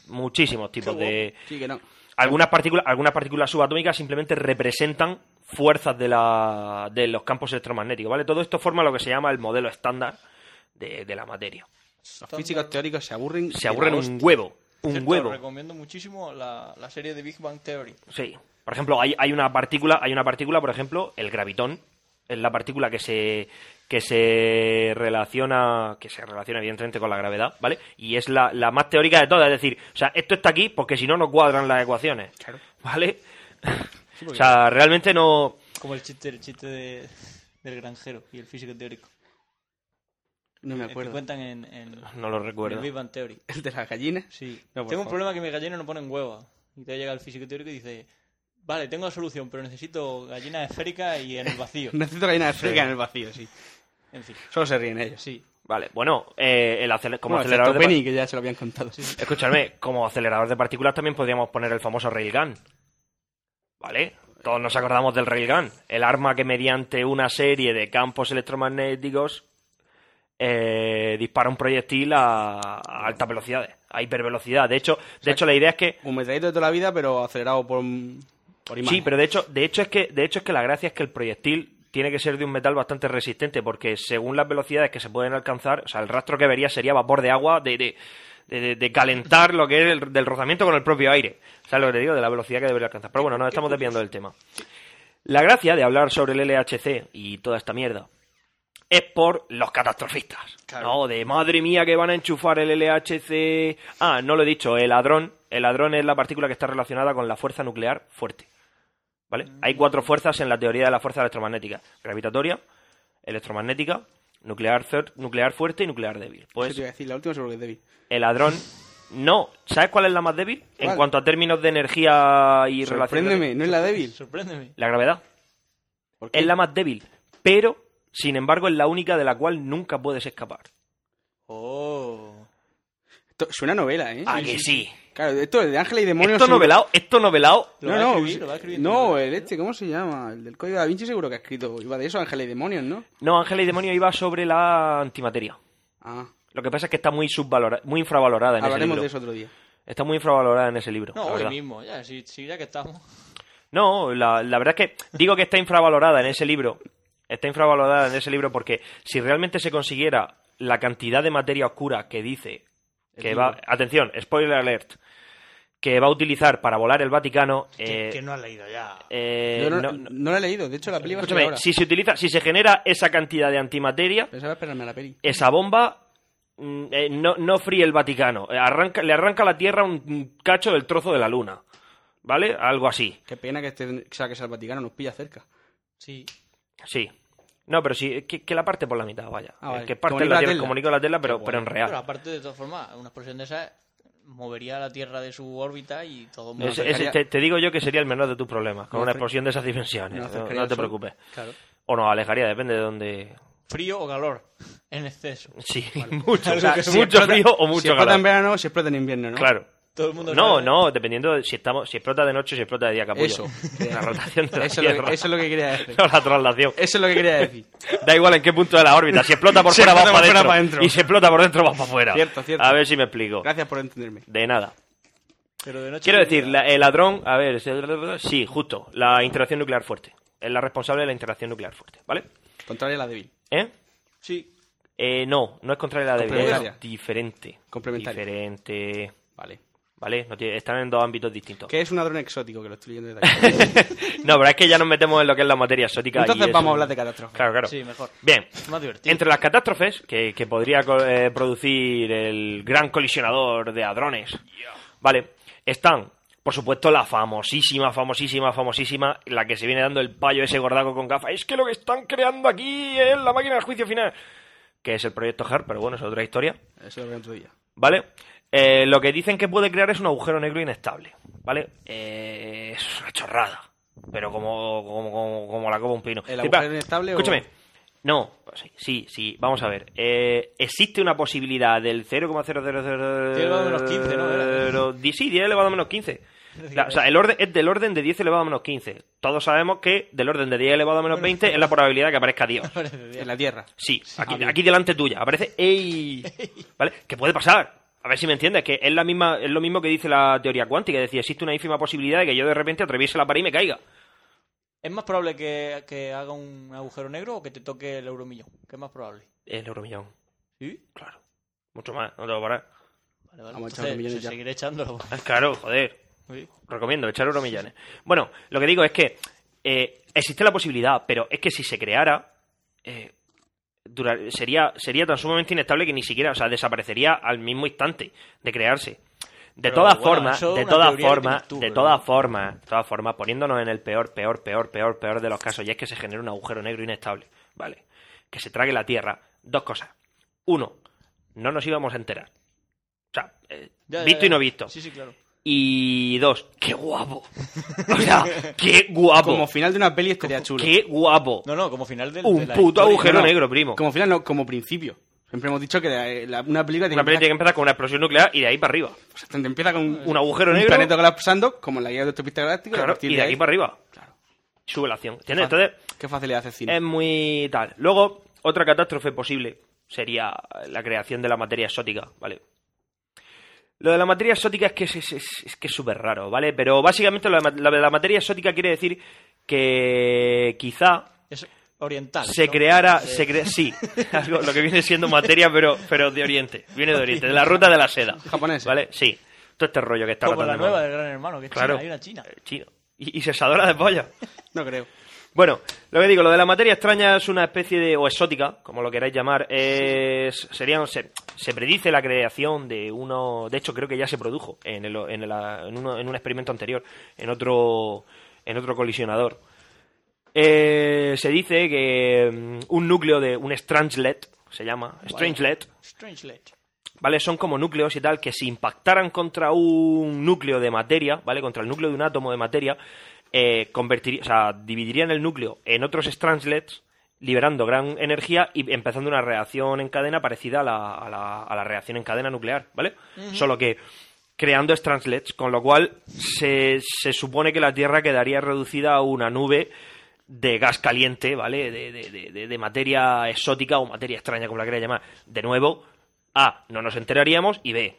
muchísimos tipos de
Sí, que no.
algunas partículas algunas partículas subatómicas simplemente representan fuerzas de la de los campos electromagnéticos, ¿vale? Todo esto forma lo que se llama el modelo estándar de, de la materia.
Los físicos teóricos se aburren.
Se aburren
de la
un huevo, un
Cierto,
huevo.
Recomiendo muchísimo la, la serie de Big Bang Theory.
Sí. Por ejemplo, hay, hay una partícula, hay una partícula, por ejemplo, el gravitón, es la partícula que se que se relaciona que se relaciona evidentemente con la gravedad, ¿vale? Y es la, la más teórica de todas, es decir, o sea, esto está aquí porque si no no cuadran las ecuaciones. ¿Vale? o sea, realmente no
Como el chiste, el chiste de- del granjero y el físico teórico.
No me
El que
acuerdo.
cuentan en, en
No lo
en
recuerdo.
Big Bang Theory.
¿El de las gallinas?
Sí.
No, por
tengo un
favor.
problema que mis gallinas no ponen huevos. Y te llega el físico teórico y dice, vale, tengo la solución, pero necesito gallinas esféricas y en el vacío.
Necesito gallinas de frica en el vacío, sí.
En fin,
Solo se ríen ellos.
sí.
Vale, bueno, eh, el acele- como
Bueno,
acelerador de
excepto
par-
Penny, que ya se lo habían contado.
Escuchadme, como acelerador de partículas también podríamos poner el famoso Railgun. ¿Vale? Todos nos acordamos del Railgun, el arma que mediante una serie de campos electromagnéticos eh, dispara un proyectil a, a altas velocidades, a hipervelocidad. De hecho, de hecho la idea es que
Un metrallito de toda la vida, pero acelerado por, un- por imagen.
Sí, pero de hecho, de hecho es que, de hecho es que la gracia es que el proyectil tiene que ser de un metal bastante resistente, porque según las velocidades que se pueden alcanzar, o sea, el rastro que vería sería vapor de agua de, de, de- de- de calentar lo que es el- del rozamiento con el propio aire. O sea, lo que le digo de la velocidad que debería alcanzar. Pero bueno, nos estamos desviando del tema. La gracia de hablar sobre el LHC y toda esta mierda es por los catastrofistas. No, de madre mía que van a enchufar el LHC. Ah, no lo he dicho, el hadrón. El hadrón es la partícula que está relacionada con la fuerza nuclear fuerte. ¿Vale?
Mm.
Hay cuatro fuerzas en la teoría de la fuerza electromagnética: gravitatoria, electromagnética, nuclear, cer- nuclear fuerte y nuclear débil.
Eso
Pues
te iba a decir, la última seguro que es débil.
el hadrón. No, ¿sabes cuál es la más débil? En
¿Cuál?
cuanto a términos de energía y relación.
Sorpréndeme, ¿no es la débil?
Sorpréndeme.
La gravedad.
¿Por qué?
Es la más débil. Pero, sin embargo, es la única de la cual nunca puedes escapar.
Oh.
Esto- Suena a novela, ¿eh?
¿A Ah, que sí?
Claro, esto de Ángeles y Demonios...
Esto
seguro-
novelado, esto novelado.
Lo
no,
va a
no,
escribir,
sí-
lo va a escribir.
no, el este, ¿cómo se llama? El del Código da Vinci seguro que ha escrito. Iba de eso, Ángeles y Demonios, ¿no?
No, Ángel y Demonio iba sobre la antimateria.
Ah,
Lo que pasa es que está muy subvalorada, muy infravalorada en ese
hablaremos
libro.
de eso otro día.
Está muy infravalorada en ese libro.
No,
la
hoy
verdad.
mismo, ya, sí, sí, ya que estamos.
No, la, la verdad es que digo que está infravalorada en ese libro. Está infravalorada en ese libro porque si realmente se consiguiera la cantidad de materia oscura que dice que va. Atención, spoiler alert. Que va a utilizar para volar el Vaticano. eh,
no has leído ya.
eh,
Yo no,
no-
no, la he leído, de hecho la peli va a salir
escúchame,
ahora.
si se utiliza, si se genera esa cantidad de antimateria,
Pensaba esperarme a la peli.
esa bomba mm, eh, no, no fríe el Vaticano. Eh, Arranca, le arranca a la Tierra un un cacho del trozo de la Luna. ¿Vale? Algo así.
Qué pena que, este, o sea, que sea el Vaticano, nos pilla cerca.
Sí.
Sí. No, pero sí, que, que la parte por la mitad, vaya.
Ah, vale.
Que parte la
Comunica la
tierra,
tela.
comunica la tela, pero, pero en
Pero
real.
aparte, de todas formas, una explosión de esas movería la Tierra de su órbita y todo el mundo.
Es- es-
acercaría-
te, te digo yo que sería el menor de tus problemas, con
Me
una
acer-
explosión de esas dimensiones.
me
No,
acercaría
no
al
te
sol.
preocupes.
Claro.
O nos alejaría, depende de dónde.
Frío o calor, en exceso.
Sí, mucho,
Algo
o sea,
que- si
mucho
explota-
frío o
si
mucho
explota en
calor.
verano, si explota en invierno, ¿no?
Claro.
Todo el mundo
No,
sabe.
no, dependiendo de si estamos, si explota de noche o si explota de día, capullo.
Eso.
La rotación de la
Eso es, lo
Tierra.
que, eso es lo que quería decir.
No, la traslación.
Eso es lo que quería decir.
Da igual en qué punto de la órbita. Si explota por
Si
fuera, vas
explota por fuera,
para
pa'
adentro.
dentro.
Y si explota por dentro, vas para afuera.
Cierto, cierto.
A ver si me explico.
Gracias por entenderme.
De nada.
Pero de noche
Quiero
no
decir,
llega.
la- el ladrón, a ver, se- sí, justo, la interacción nuclear fuerte. Es la responsable de la interacción nuclear fuerte, ¿vale?
Contraria a la débil.
¿Eh?
Sí,
Eh, no, no es contra la debilidad,
Complementaria.
es diferente.
Complementaria.
Diferente,
Vale.
¿vale? No tiene- están en dos ámbitos distintos.
Que es un ladrón exótico, que lo estoy leyendo desde aquí.
no, pero es que ya nos metemos en lo que es la materia exótica. y
Entonces
eso-
vamos a hablar de catástrofes.
Claro, claro.
sí, mejor.
Bien,
Más divertido.
entre las catástrofes que, que podría co- eh, producir el gran colisionador de hadrones, ¿vale? Están, por supuesto, la famosísima, famosísima, famosísima, la que se viene dando el payo ese gordaco con gafas. Es que lo que están creando aquí es la máquina del juicio final, que es el proyecto HARP, pero bueno, es otra historia.
Eso lo veo otro día.
¿Vale? Eh, lo que dicen que puede crear es un agujero negro inestable, ¿vale? Eh, es una chorrada, pero como, como, como, como la copa un pino.
¿El
Flipa,
agujero inestable o-
Escúchame. No, sí, sí, sí, vamos a ver. Eh, existe una posibilidad del 0,000...
10 elevado a menos 15, ¿no? Era.
Di- Sí, 10 elevado a menos 15. La- o sea, el orden es del orden de 10 elevado a menos 15. Todos sabemos que del orden de 10 elevado a menos 20 es la probabilidad de que aparezca Dios.
En la Tierra.
Sí, aquí, aquí delante tuya. Aparece ¡Ey! ¿Vale? Que puede pasar. A ver si me entiendes, que es la misma, es lo mismo que dice la teoría cuántica, es decir, existe una ínfima posibilidad de que yo de repente atraviese la pared y me caiga.
¿Es más probable que, que haga un agujero negro o que te toque el euromillón? ¿Qué es más probable?
El euromillón,
¿Sí?
claro. Mucho más, no te lo parar.
Vale, vale.
Vamos a
Entonces,
echar euromillones
se
ya.
seguiré echándolo.
Ah, Claro, joder.
Sí.
Recomiendo echar euromillones. Bueno, lo que digo es que eh, existe la posibilidad, pero es que si se creara, eh, durar- sería, sería tan sumamente inestable que ni siquiera, o sea, desaparecería al mismo instante de crearse. De
Pero,
todas
bueno,
formas,
eso es
de
una
todas
teoría que
formas,
tienes tú,
de
pero-
todas formas, de todas formas, poniéndonos en el peor, peor, peor, peor, peor de los casos, y es que se genera un agujero negro inestable, ¿vale? Que se trague la Tierra, dos cosas. Uno, no nos íbamos a enterar. O sea, eh,
Ya, ya,
visto
ya.
y no visto.
Sí, sí, claro.
Y dos, qué guapo. O sea, qué guapo.
Como final de una peli estaría chulo.
Qué guapo.
No, no, como final del.
Un
de la
puto
historia.
agujero
No, no.
negro, primo.
Como final, no, como principio. Siempre hemos dicho que la- eh, la- una película tiene
Una película tiene
que
que
empezar-
empezar con una explosión nuclear y de ahí para arriba.
te empieza con un,
Un agujero
un
negro.
planeta colapsando, como en la guía de autopista galáctica.
Claro,
partir
y de
de
aquí
ahí-
para arriba.
Claro.
Sube la acción. Tiene, entonces, em,
Qué facilidad hace cine.
es muy tal. Luego, otra catástrofe posible sería la creación de la materia exótica, ¿vale? Lo de la materia exótica es que es, es- es- es que es súper raro, ¿vale? Pero básicamente lo de, ma- lo de la materia exótica quiere decir que quizá
Es oriental.
Ah, se
¿no?
creara...
Eh,
Se crea- sí, algo- lo que viene siendo materia, pero, pero de Oriente. Viene de Oriente, de la ruta de la seda.
Japonés.
¿Vale? Sí. Todo este rollo que está
Como la
tratando
nueva del Gran Hermano, que es
Claro.
China, hay una China.
Eh, Chino. Y, y sesadora de pollo.
No creo.
Bueno, lo que digo, lo de la materia extraña es una especie de. o exótica, como lo queráis llamar. Es, serían, se, se predice la creación de uno. De hecho, creo que ya se produjo en, el- en la- en uno- en un experimento anterior, en otro, en otro colisionador. Eh, se dice que mm, un núcleo de. un strangelet, se llama. Strangelet.
Strangelet.
¿vale? Son como núcleos y tal, que si impactaran contra un núcleo de materia, ¿vale? Contra el núcleo de un átomo de materia, eh, convertiría, o sea, dividirían el núcleo en otros stranglets, liberando gran energía y empezando una reacción en cadena parecida a la, a la- a la reacción en cadena nuclear, ¿vale? Solo que creando stranglets, con lo cual se, se supone que la Tierra quedaría reducida a una nube de gas caliente, ¿vale? De, de- de- de- de materia exótica o materia extraña, como la queráis llamar. De nuevo, A, no nos enteraríamos y B,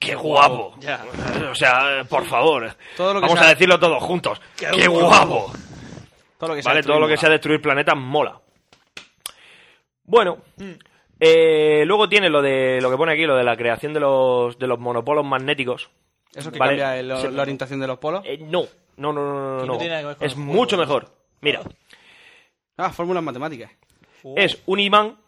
¡qué guapo!
Ya.
O sea, por favor,
Todo lo que
vamos
sea-
a decirlo todos juntos. ¡Qué, guapo!
Todo lo que sea.
¿Vale? Todo lo que sea
destruir
destruir planetas mola. Bueno,
Mm.
eh, luego tiene lo de lo que pone aquí, lo de la creación de los, de los monopolos magnéticos.
mola. Eso que
Vale.
cambia el-
Se-
la orientación de los polos.
Eh, no, no, no, no, no,
Que no
no.
tiene nada que ver con
Es
el juego.
mucho mejor. Mira,
Ah, fórmulas matemáticas.
es un imán.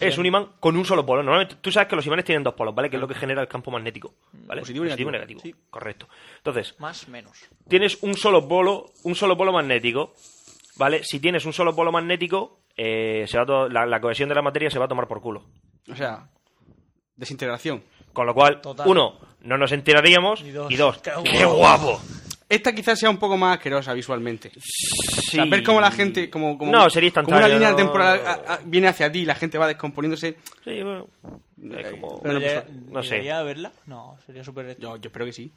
Es un imán con un solo polo. Normalmente tú sabes que los imanes tienen dos polos, ¿vale? Que es lo que genera el campo magnético, ¿vale?
Positivo y
negativo. Correcto. Entonces,
Más, menos.
tienes un solo polo, un solo polo magnético, ¿vale? Si tienes un solo polo magnético, eh, se va a to- la, la cohesión de la materia se va a tomar por culo.
O sea, desintegración.
Con lo cual,
Total.
uno, no nos enteraríamos
Y dos,
y dos,
qué
¡qué guapo!
Esta quizás sea un poco más asquerosa visualmente.
Sí.
O sea, ver cómo la gente, como, como,
no, sería
como una
instantáneo,
línea
no.
temporal Ah, a- a- viene hacia ti y la gente va descomponiéndose.
Sí, bueno. Es como-
Eh, Pero no
Llega-
pasó.
no sé.
¿Llegaría a verla? No, sería súper. Ah,
Yo, yo espero que sí.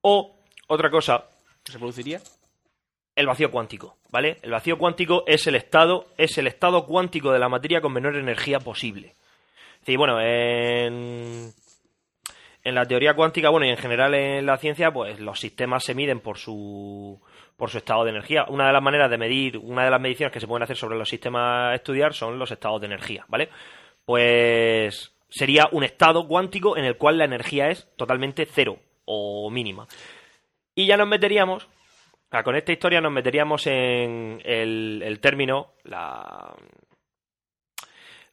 O, otra cosa,
¿Se produciría?
el vacío cuántico, ¿vale? El vacío cuántico es el estado, es el estado cuántico de la materia con menor energía posible. Sí, bueno, en, en la teoría cuántica, bueno, y en general en la ciencia, pues los sistemas se miden por su por su estado de energía. Una de las maneras de medir, una de las mediciones que se pueden hacer sobre los sistemas a estudiar son los estados de energía, ¿vale? Pues sería un estado cuántico en el cual la energía es totalmente cero o mínima. Y ya nos meteríamos, ah, con esta historia nos meteríamos en el, el término, la,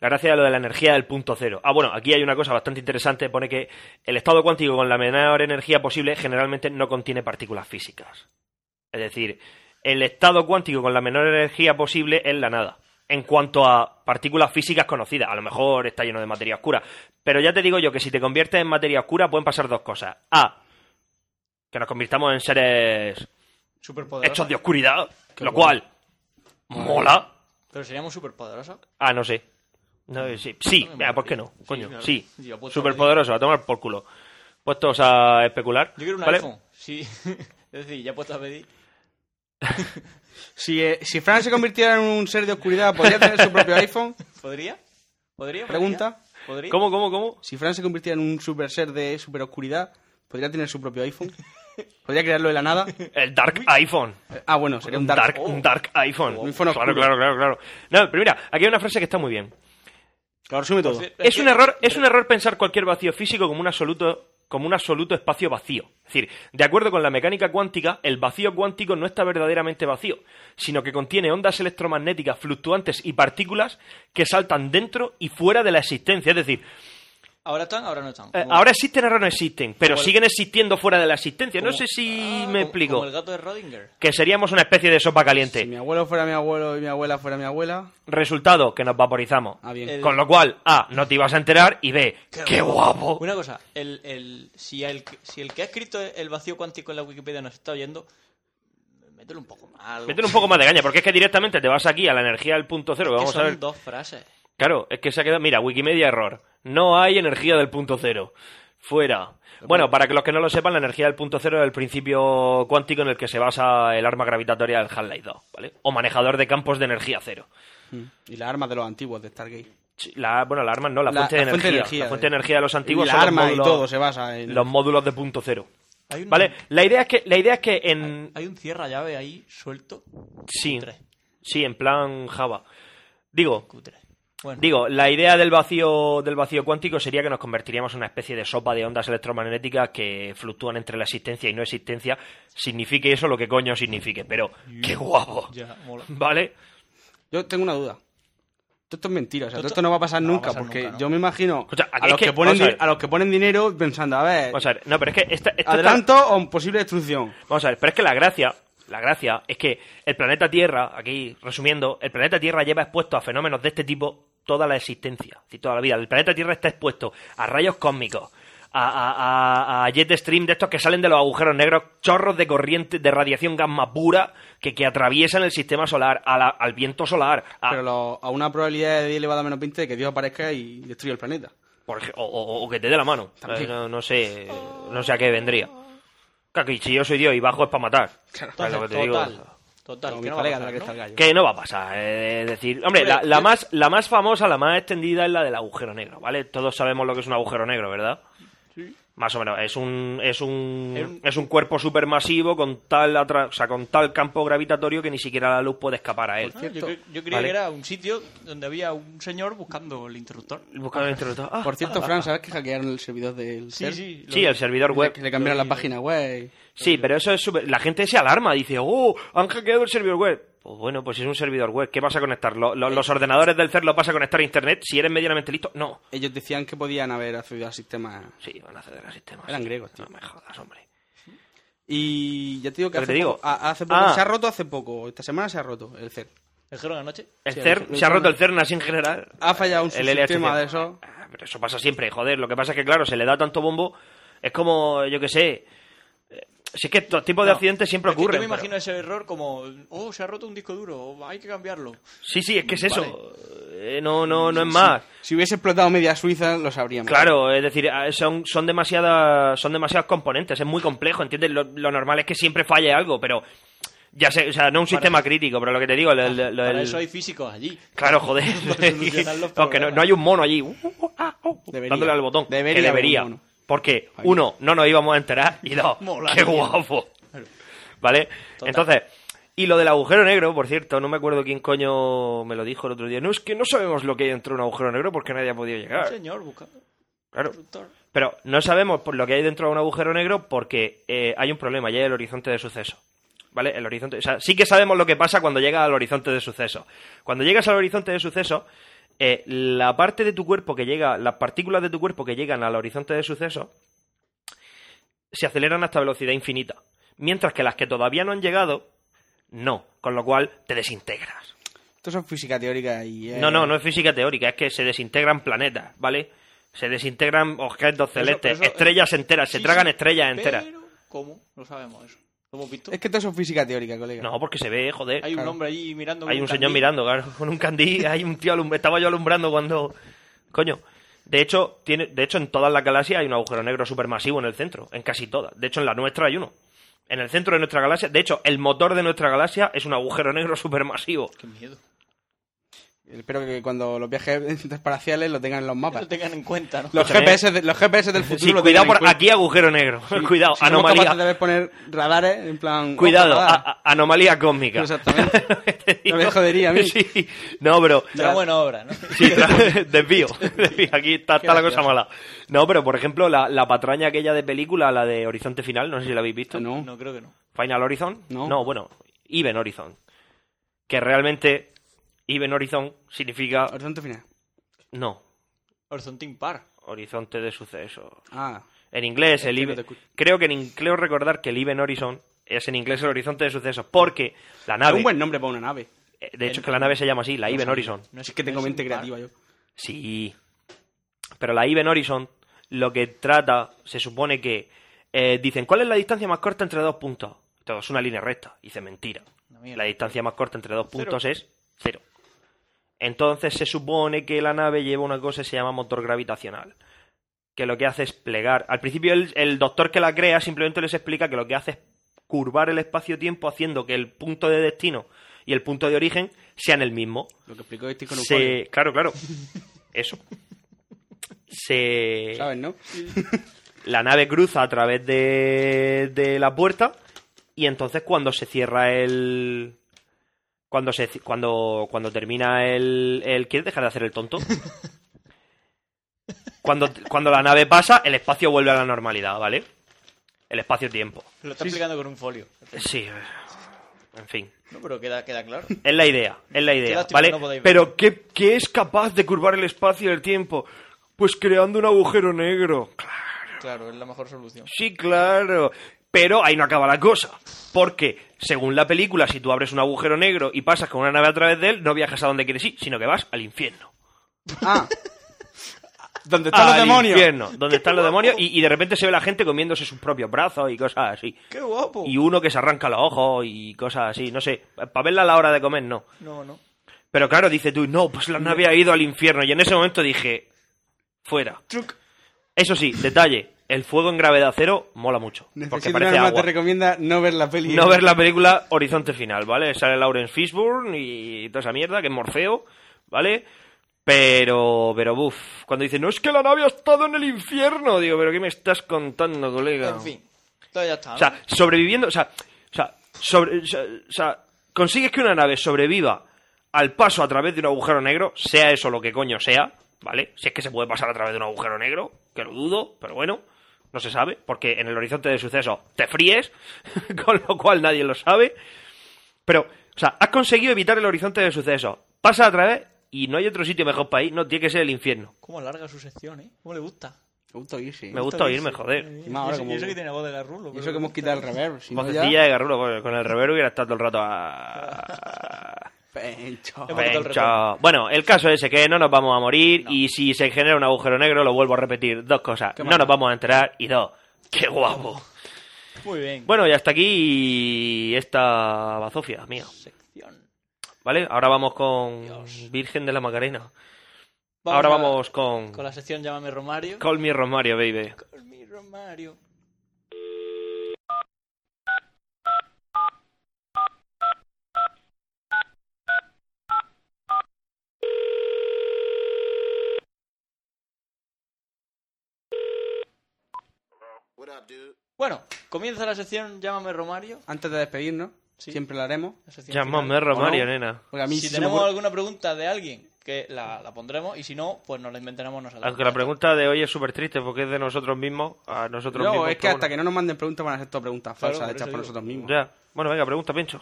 la gracia de lo de la energía del punto cero. Ah, bueno, aquí hay una cosa bastante interesante, pone que el estado cuántico con la menor energía posible generalmente no contiene partículas físicas. Es decir, el estado cuántico con la menor energía posible es la nada. En cuanto a partículas físicas conocidas, a lo mejor está lleno de materia oscura. Pero ya te digo yo que si te conviertes en materia oscura pueden pasar dos cosas. A, que nos convirtamos en seres hechos
Superpoderosa.
de oscuridad,
Qué
lo
guay.
cual mola.
Pero seríamos superpoderosos.
Ah, no sé. No, eh, sí, sí,
No me
mira, ¿por qué
molaría.
no? Coño,
claro.
sí.
Sí, apuesto
Superpoderoso, a tomar por culo. Puestos a especular.
Yo quiero un
¿vale?
iPhone. Sí. es decir, ya he puesto a pedir.
Si, eh, si Fran se convirtiera en un ser de oscuridad, ¿podría tener su propio iPhone?
¿Podría? ¿Podría?
Pregunta.
¿Podría?
¿Cómo, cómo, cómo?
Si Fran se convirtiera en un super ser de super oscuridad, ¿podría tener su propio iPhone? ¿Podría crearlo de la nada?
El Dark iPhone.
Eh, Ah, bueno, sería un Dark.
Dark, un dark iPhone.
Un iPhone
claro,
oscuro.
claro, claro, claro. No, pero mira, aquí hay una frase que está muy bien.
Lo resume todo.
Es un error, es un error pensar cualquier vacío físico como un absoluto como un absoluto espacio vacío. Es decir, de acuerdo con la mecánica cuántica, el vacío cuántico no está verdaderamente vacío, sino que contiene ondas electromagnéticas fluctuantes y partículas que saltan dentro y fuera de la existencia. Es decir,
Ahora están, ahora no están.
Eh,
Como-
ahora existen, ahora no existen, pero
como el-
siguen existiendo fuera de la existencia. No
como-
sé si
Ah,
me
como-
explico.
Como el gato de Rodinger.
Que seríamos una especie de sopa caliente.
Si mi abuelo fuera mi abuelo y mi abuela fuera mi abuela.
Resultado, que nos vaporizamos.
Ah, bien.
El-
Con lo cual, A, no te ibas a enterar y B, qué, guapo.
Una cosa, el, el, si, el, que- si el que ha escrito el vacío cuántico en la Wikipedia nos está oyendo, métele un poco más. algo.
Métele un poco más de caña, porque es que directamente te vas aquí a la energía del punto cero, que
Que
vamos
son
a ver.
dos frases.
Claro, es que se ha quedado. Mira, Wikimedia error. No hay energía del punto cero. Fuera. Bueno, para que los que no lo sepan, la energía del punto cero es el principio cuántico en el que se basa el arma gravitatoria del Half-Life 2, ¿vale? O manejador de campos de energía cero.
Y las armas de los antiguos de Stargate.
Sí, La, bueno, la arma no, la,
La-
fuente,
la
de
fuente de
energía,
energía,
La fuente de
de-
energía de los antiguos
y la
son los
arma y
módulos-
todo se basa en.
los módulos de punto cero.
Hay un,
¿Vale? La idea es que, la idea es que en.
hay un cierra llave ahí suelto.
Sí.
Tres.
Sí, en plan Java. Digo,
Cutre. Bueno,
digo, la idea del vacío, del vacío cuántico sería que nos convertiríamos en una especie de sopa de ondas electromagnéticas que fluctúan entre la existencia y no existencia. Signifique eso lo que coño signifique, pero qué guapo.
ya, mola.
¿Vale?
Yo tengo una duda. Todo esto es mentira, o sea,
Todo
todo
esto-
esto no va a pasar
no va a
nunca,
pasar
porque
nunca, ¿no?
yo me imagino
Escucha, aquí
a,
es
los
que-
que ponen,
vamos a ver.
di- a los que ponen dinero pensando, a ver,
Vamos a ver. No, pero es que esta, esta-
adelanto o posible destrucción.
Vamos a ver, pero es que la gracia, la gracia es que el planeta Tierra, aquí resumiendo, el planeta Tierra lleva expuesto a fenómenos de este tipo toda la existencia, es decir, toda la vida. El planeta Tierra está expuesto a rayos cósmicos, a, a- a- a jet stream de estos que salen de los agujeros negros, chorros de corriente de radiación gamma pura que, que atraviesan el sistema solar, a la- al viento solar,
Ah.
a-
Pero lo- a una probabilidad de 10 elevada a menos 20 de que Dios aparezca y destruya el planeta.
por ej- o, o- o que te dé la mano. Eh,
También.
No, no sé, no sé a qué vendría. Claro, que si yo soy Dios y bajo es para matar. Es
Entonces,
lo que te digo.
total. Total,
Como
que
mi
no va a
colega de
pasar,
la cresta
¿no?
del gallo.
Que no va a pasar, eh, es decir, hombre,
Hombre,
la, la
yo-
más, la más famosa, la más extendida es la del agujero negro, ¿vale? Todos sabemos lo que es un agujero negro, ¿verdad? Más o menos, es un, es
Es
un,
un-
es un cuerpo supermasivo con tal, atra- o sea, con tal campo gravitatorio que ni siquiera la luz puede escapar a él.
Ah, yo, cre- yo creía
Vale.
que era un sitio donde había un señor buscando el interruptor.
Busca el interruptor. Ah,
Por cierto, Fran, ¿sabes que hackearon el servidor del
Sí,
CERN?
sí.
sí,
lo-
el servidor
Le,
web.
le cambiaron la página web.
Sí, pero eso es súper... La gente se alarma, dice, ¡oh! Han hackeado el servidor web. Pues bueno, pues es un servidor web. ¿Qué vas a conectar? ¿Lo- lo- ¿Los ordenadores del CERN los vas a conectar a Internet si eres medianamente listo? No.
Ellos decían que podían haber accedido al sistema.
Sí, van a acceder al sistema.
Eran
sí.
griegos, tío.
No me jodas, hombre.
Y ya te digo que
Lo que
hace,
te digo.
Poco, a- hace poco
Ah.
se ha roto hace poco. Esta semana se ha roto el E CERN.
¿Dijeron anoche?
El
Sí,
CERN,
lo
se ha
hicieron.
roto el CERN así en general.
Ah.
Ha fallado un
LHC.
sistema de eso.
Ah, Pero eso pasa siempre, joder. Lo que pasa es que, claro, se le da tanto bombo. Es como, yo qué sé. eh, Si es que estos tipos de
No,
accidentes siempre
es que
ocurren.
Yo me
pero-
imagino ese error como, oh, se ha roto un disco duro, oh, hay que cambiarlo.
Sí, sí, es que es eso.
Vale.
Eh, no, no, no es más.
Si hubiese explotado media Suiza, lo sabríamos.
Claro, es decir, ah, son, son, demasiadas, son demasiados componentes, es muy complejo, ¿entiendes? Lo, lo normal es que siempre falle algo, pero ya sé, o sea, no un sistema crítico, pero lo que te digo, lo- lo- lo-
Para
el-
eso hay físicos allí.
Claro, joder.
Para solucionar los
Aunque no,
problemas.
no hay un mono allí uh, uh, ah, uh,
Debería.
dándole al botón. que
Debería haber un
debería.
mono.
Porque,
Ahí.
uno, no nos íbamos a enterar. Y dos,
Mola,
qué
tío.
guapo. ¿Vale? Entonces, y lo del agujero negro, por cierto, no me acuerdo quién coño me lo dijo el otro día. No, es que no sabemos lo que hay dentro de un agujero negro porque nadie ha podido
Un
llegar.
señor buscando
Claro.
interruptor.
Pero no sabemos por lo que hay dentro de un agujero negro porque eh, hay un problema, ya hay el horizonte de suceso. ¿Vale? El horizonte. O sea, sí que sabemos lo que pasa cuando llega al horizonte de suceso. Cuando llegas al horizonte de suceso, eh, la parte de tu cuerpo que llega, las partículas de tu cuerpo que llegan al horizonte de suceso, se aceleran hasta velocidad infinita. Mientras que las que todavía no han llegado, no. Con lo cual te desintegras.
Esto son física teórica y. eh,
No, no, no es física teórica, es que se desintegran planetas, ¿vale? Se desintegran objetos
Pero eso-
celestes,
pero eso- eh,
estrellas enteras, se
Sí,
tragan
sí,
estrellas enteras.
Pero, ¿cómo? No sabemos eso. ¿Lo hemos visto?
Es que esto son física teórica, colega.
No, porque se ve, joder.
Hay
Hay,
un
claro.
hombre allí mirando. con
un
candil.
señor mirando, claro, con un candí, hay un tío alumbrando, estaba yo alumbrando cuando... Coño, de hecho, tiene, de hecho en todas las galaxias hay un agujero negro supermasivo en el centro, en casi todas. De hecho, en la nuestra hay uno. En el centro de nuestra galaxia, de hecho, el motor de nuestra galaxia es un agujero negro supermasivo.
Qué miedo. Que
Espero que cuando los viajes interespaciales lo tengan en los mapas.
lo tengan en cuenta, ¿no?
Los
Escúchame.
GPS, de- los GPS del futuro.
Sí,
lo
cuidado,
tengan en
por, aquí agujero negro.
cuenta.
cuidado,
Si somos
anomalía.
capaces de poner radares en plan.
Cuidado, ah,
ojo, radar.
a- a- anomalía cósmica.
Exactamente.
Te digo.
No me jodería a mí.
Sí. No, pero.
Será buena obra, ¿no?
Sí, tra- desvío. Desvío. Aquí está, está la cosa
gracioso.
mala. No, pero por ejemplo, la, la patraña aquella de película, la de Horizonte Final, no sé si la habéis visto.
No.
No, creo que no.
Final Horizon.
No.
bueno, Even Horizon. Que realmente, Even Horizon significa.
Horizonte final.
No.
Horizonte impar.
Horizonte de sucesos.
Ah,
En inglés, el
Entiendo,
IBE.
te escucho.
Creo que en in- creo recordar que el IBE Horizon es en inglés el horizonte de sucesos, porque la nave.
es un buen nombre para una nave.
eh, De hecho, es que la nave se llama así, la IBE Horizon.
No
Es que tengo
no
mente
impar.
creativa yo.
Sí. Pero la Even Horizon lo que trata, se supone que eh, dicen, ¿cuál es la distancia más corta entre dos puntos? Todo es una línea recta. Dice, mentira.
Una mierda.
La distancia más corta entre dos puntos es cero. Entonces se supone que la nave lleva una cosa que se llama motor gravitacional. Que lo que hace es plegar. Al principio el, el doctor que la crea simplemente les explica que lo que hace es curvar el espacio-tiempo haciendo que el punto de destino y el punto de origen sean el mismo
Lo que explicó este con un
se-
código,
Claro, claro. Eso. Se...
¿Sabes, no?
La nave cruza a través de, de la puerta y entonces cuando se cierra el... Cuando, se, ci- cuando, cuando termina el, el... ¿Quieres dejar de hacer el tonto? Cuando, cuando la nave pasa, el espacio vuelve a la normalidad, ¿vale? El espacio-tiempo.
Lo está explicando con un folio.
Sí. En fin.
No, pero queda, queda claro.
Es la idea, es la idea,
lástima
¿vale?
que no podáis verlo.
Pero ¿qué, qué es capaz de curvar el espacio y el tiempo? Pues creando un agujero negro. Claro,
Claro, es la mejor solución.
Sí, claro. Pero ahí no acaba la cosa. Porque, según la película, si tú abres un agujero negro y pasas con una nave a través de él, no viajas a donde quieres ir, sino que vas al infierno.
Ah. ¿Dónde están los
Al
demonios?
infierno, donde están los demonios y, y de repente se ve la gente comiéndose sus propios brazos y cosas así.
¡Qué guapo!
Y uno que se arranca los ojos y cosas así. No sé, para verla a la hora de comer, no.
No, no.
Pero claro, dice tú, no, pues la nave ha ido al infierno. Y en ese momento dije, fuera. Eso sí, detalle, el fuego en gravedad cero mola mucho. Porque
Necesito un
parece
arma, te
agua.
recomienda no ver la peli.
No ver la película Horizonte Final, ¿vale? Sale Lawrence Fishburne y toda esa mierda, que es Morfeo, ¿vale? Pero, pero, uff, cuando dice, no es que la nave ha estado en el infierno, digo, pero ¿qué me estás contando, colega?
En fin. Todo ya está. ¿no?
O sea, sobreviviendo, o sea, o sea, sobre- o sea, o sea, consigues que una nave sobreviva al paso a través de un agujero negro, sea eso lo que coño sea, ¿vale? Si es que se puede pasar a través de un agujero negro, que lo dudo, pero bueno, no se sabe, porque en el horizonte de suceso te fríes, con lo cual nadie lo sabe. Pero, o sea, has conseguido evitar el horizonte de suceso, pasa a través y no hay otro sitio mejor para ir, no tiene que ser el infierno.
Cómo larga su sección, ¿eh? Cómo le gusta.
Me gusta oír, sí.
Me gusta oírme,
oírse.
joder.
Y,
Más ahora
eso, y
como-
eso que tiene voz de garrulo.
Y
pero
eso que hemos
gusta.
quitado el reverb. Si no
Vocecilla de Garrulo, porque con el reverb hubiera estado todo el rato ah. a...
ya- Pencho.
Hemos quitado el
Pencho.
retorno.
Bueno, el caso ese que no nos vamos a morir y si se genera un agujero negro, lo vuelvo a repetir, dos cosas,
Qué
no
mal.
nos vamos a enterar y dos, qué guapo.
Muy bien.
Bueno, y hasta aquí esta bazofia mía,
Sección.
¿vale? Ahora vamos con
Dios.
Virgen de la Macarena. Ahora
a-
vamos con
Con la sección Llámame Romario.
Call Me Romario, baby.
Call me Romario. Bueno, comienza la sección Llámame Romario.
Antes de despedirnos,
Sí.
siempre lo haremos.
la sección
Llámame
final.
Romario,
Bueno.
nena.
Porque a mí
Si
se me
tenemos
ocurre-
alguna pregunta de alguien, que la, la pondremos, y si no, pues nos la inventaremos nosotros.
Aunque la pregunta de hoy es súper triste porque es de nosotros mismos, a nosotros
No,
mismos.
es que
pero
hasta
bueno.
que no nos manden preguntas van a ser todas preguntas
Claro,
falsas
por
hechas
eso
por
digo.
nosotros mismos.
Ya. Bueno, venga, pregunta, Pincho.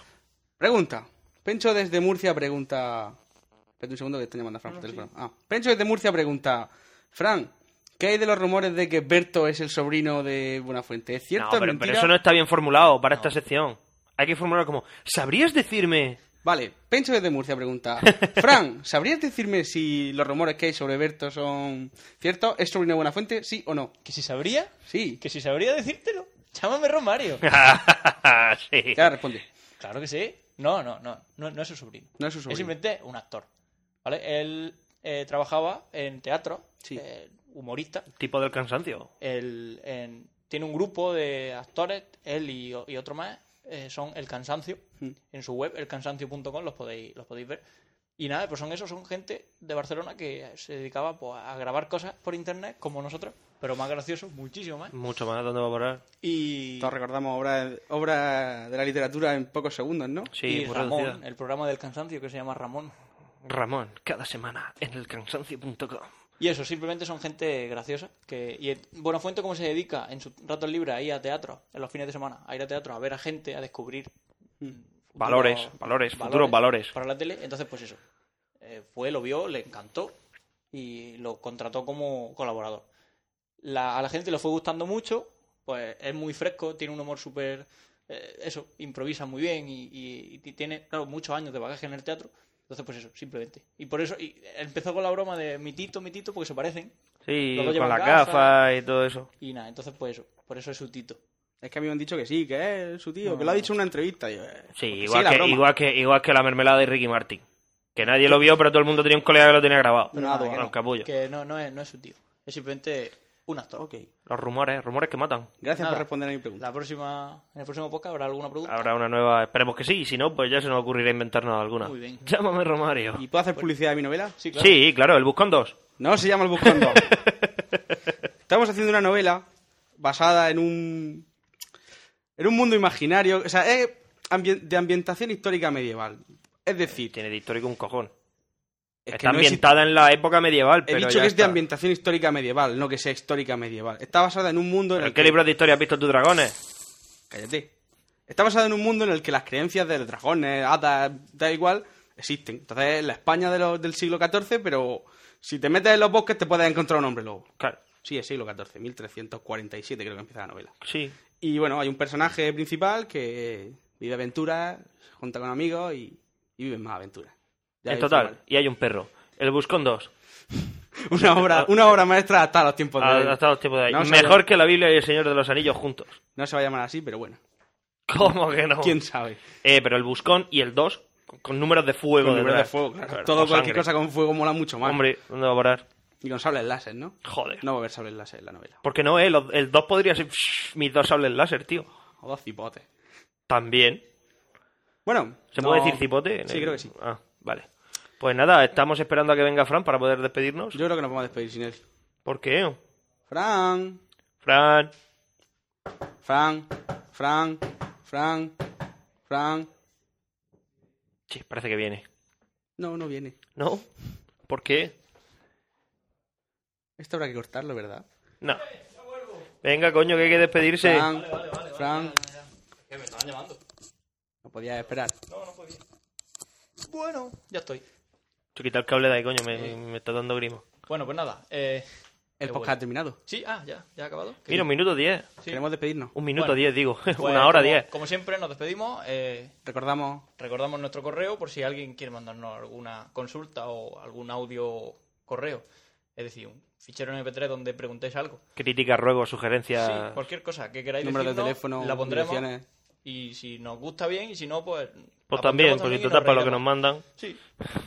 Pregunta. Pencho desde Murcia pregunta. Espérate un segundo que estoy llamando a Fran por teléfono. Ah. Pencho desde Murcia pregunta. Fran, ¿qué hay de los rumores de que Berto es el sobrino de Buenafuente? ¿Es
No,
cierto?
pero,
¿Es
pero
mentira?
eso no está bien formulado para esta sección. Hay que formular como, ¿sabrías decirme?
Vale, Pencho desde Murcia pregunta. Fran, ¿sabrías decirme si los rumores que hay sobre Berto son ciertos? ¿Es sobrino de Buenafuente? ¿Sí o no?
¿Que si sabría?
Sí.
¿Que si sabría decírtelo? Llámame Romario.
sí.
Ya responde.
Claro que sí. No, no, no. No, no es su sobrino.
No es su sobrino.
Es simplemente un actor. ¿Vale? Él eh, trabajaba en teatro,
Sí.
eh, humorista.
Tipo del cansancio.
Él, en- tiene un grupo de actores, él y, o- y otro más. eh, son El Cansancio.
Hmm.
En su web, elcansancio.com, los podéis, los podéis ver. Y nada, pues son esos, son gente de Barcelona que se dedicaba pues, a grabar cosas por internet, como nosotros, pero más gracioso, muchísimo más.
Mucho más, ¿dónde va a parar?
Y
Todos recordamos obras obras de la literatura en pocos segundos, ¿no?
Sí,
y
muy
Ramón, eh.
reducida.
el programa del cansancio que se llama Ramón.
Ramón, cada semana en el cansancio.com.
Y eso, simplemente son gente graciosa. Que, y eh, Buenafuente, como se dedica en sus ratos libres a ir a teatro, en los fines de semana, a ir a teatro, a ver a gente, a descubrir futuros-
Valores, valores, futuros valores.
Para la tele, entonces, pues eso. Eh, fue, lo vio, le encantó y lo contrató como colaborador. la- a la gente le fue gustando mucho, pues es muy fresco, tiene un humor súper... eh, eso, improvisa muy bien y, y- y tiene, claro, muchos años de bagaje en el teatro. Entonces, pues eso, simplemente. Y por eso y empezó con la broma de mi tito, mi tito, porque se parecen.
Sí,
Los dos
con
llevan
las
gafas.
gafas y todo eso.
Y nada, entonces pues eso, por eso es su tito.
Es que a mí me han dicho que sí, que es su tío, que lo ha dicho en una entrevista. y yo, eh,
Sí,
porque
igual,
la
que,
broma.
igual, que, igual que la mermelada de Ricky Martin. Que nadie lo vio, pero todo el mundo tenía un colega que lo tenía grabado.
Pero nada, que
Los
no,
capullos.
que no, no es, no es su tío. Es simplemente un actor.
Ok.
Los rumores, rumores que matan.
Gracias
Nada.
por responder a mi pregunta.
La próxima, en el próximo podcast habrá alguna pregunta.
Habrá una nueva, esperemos que sí, y si no, pues ya se nos ocurrirá inventarnos alguna.
Muy bien.
Llámame Romario.
¿Y puedo hacer publicidad de mi novela?
Sí, claro.
Sí, claro, el Buscón 2.
No, se llama El Buscón dos. Estamos haciendo una novela basada en un. en un mundo imaginario. O sea, es ambien- de ambientación histórica medieval. Es decir,
Tiene de histórico un cojón.
es
está
no es-
ambientada en la época medieval,
He
pero
dicho
ya
que es de
está.
ambientación histórica medieval, no que sea histórica medieval. Está basada en un mundo en
¿Pero
el
¿Qué
que-
libros de historia has visto tú, dragones?
Cállate. Está basada en un mundo en el que las creencias de los dragones, hadas, da igual, existen. Entonces es la España de los- del siglo XIV, pero si te metes en los bosques te puedes encontrar un hombre lobo.
Claro,
Sí, es siglo XIV, 1347 creo que empieza la novela.
sí.
Y bueno, hay un personaje principal que vive aventuras, se junta con amigos y, y vive más aventuras. Ya
en
es
total,
formal.
y hay un perro. El Buscón 2.
Una obra, una obra maestra hasta los tiempos Pues de... hoy.
Ha, ha estado tiempo de ahí.
No se
Mejor
va-
que la Biblia y el Señor de los Anillos juntos.
No se va a llamar así, pero bueno.
¿Cómo que no?
¿Quién sabe?
Eh, pero el Buscón y el 2 con, con números de fuego.
Con número de
detrás.
fuego, claro.
Claro,
Todo
con
cualquier
sangre.
cosa con fuego mola mucho más.
Hombre, ¿dónde va a parar?
Y con sables láser, ¿no?
Joder.
No va a haber sables láser en la novela.
Porque no, eh, los- el 2 podría ser mis dos sables láser, tío.
O dos cipotes.
También.
Bueno.
¿Se
no-
puede decir cipote?
Sí, creo que sí.
Ah, vale. Pues nada, estamos esperando a que venga Fran para poder despedirnos.
Yo creo que nos vamos a despedir sin él.
¿Por qué?
Fran,
Fran.
Fran, Fran, Fran, Fran.
Che, parece que viene.
No, no viene.
¿No? ¿Por qué?
Esto habrá que cortarlo, ¿verdad?
No. Venga, coño, que hay que despedirse.
Fran, Fran. No podía esperar.
Bueno, ya estoy.
Yo quita el cable de ahí, coño, me, me está dando grimo.
Bueno, pues nada. eh,
El
Qué
podcast
bueno.
ha terminado.
sí, ah, ya, ya ha acabado. ¿Qué
Mira, un minuto diez.
Sí.
Queremos despedirnos.
Un minuto
Bueno,
diez, digo.
Pues,
Una hora
como-
diez.
Como siempre, nos despedimos. eh,
Recordamos
recordamos nuestro correo por si alguien quiere mandarnos alguna consulta o algún audio correo. Es decir, un fichero MP3 donde preguntéis algo.
Críticas, ruegos,
Sí,
sugerencias.
cualquier cosa que queráis
número de
decirnos,
teléfono,
la pondremos.
direcciones.
Y si nos gusta bien, y si no, pues. la
Pues
pondremos
también, porque
y
total, para lo que nos
reiremos.
mandan.
Sí,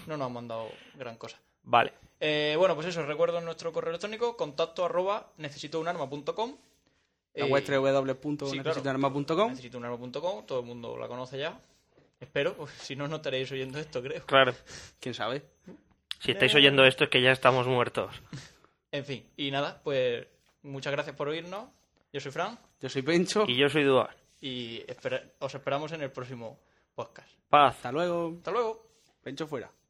no nos han mandado gran cosa.
Vale.
Eh, bueno, pues eso, recuerdo nuestro correo electrónico, contacto arroba necesitounarma.com.
La
Eh,
web
sí, claro.
www.necesitanarma.com.
necesitounarma.com, todo el mundo la conoce ya. Espero, si no, no estaréis oyendo esto, creo.
Claro.
¿Quién sabe?
Si
Eh.
estáis oyendo esto es que ya estamos muertos.
En fin, y nada, pues muchas gracias por oírnos. Yo soy Fran
Yo soy Pencho.
Y yo soy Duar.
y espera- os esperamos en el próximo podcast.
Paz.
Hasta luego.
Hasta luego.
Pencho fuera.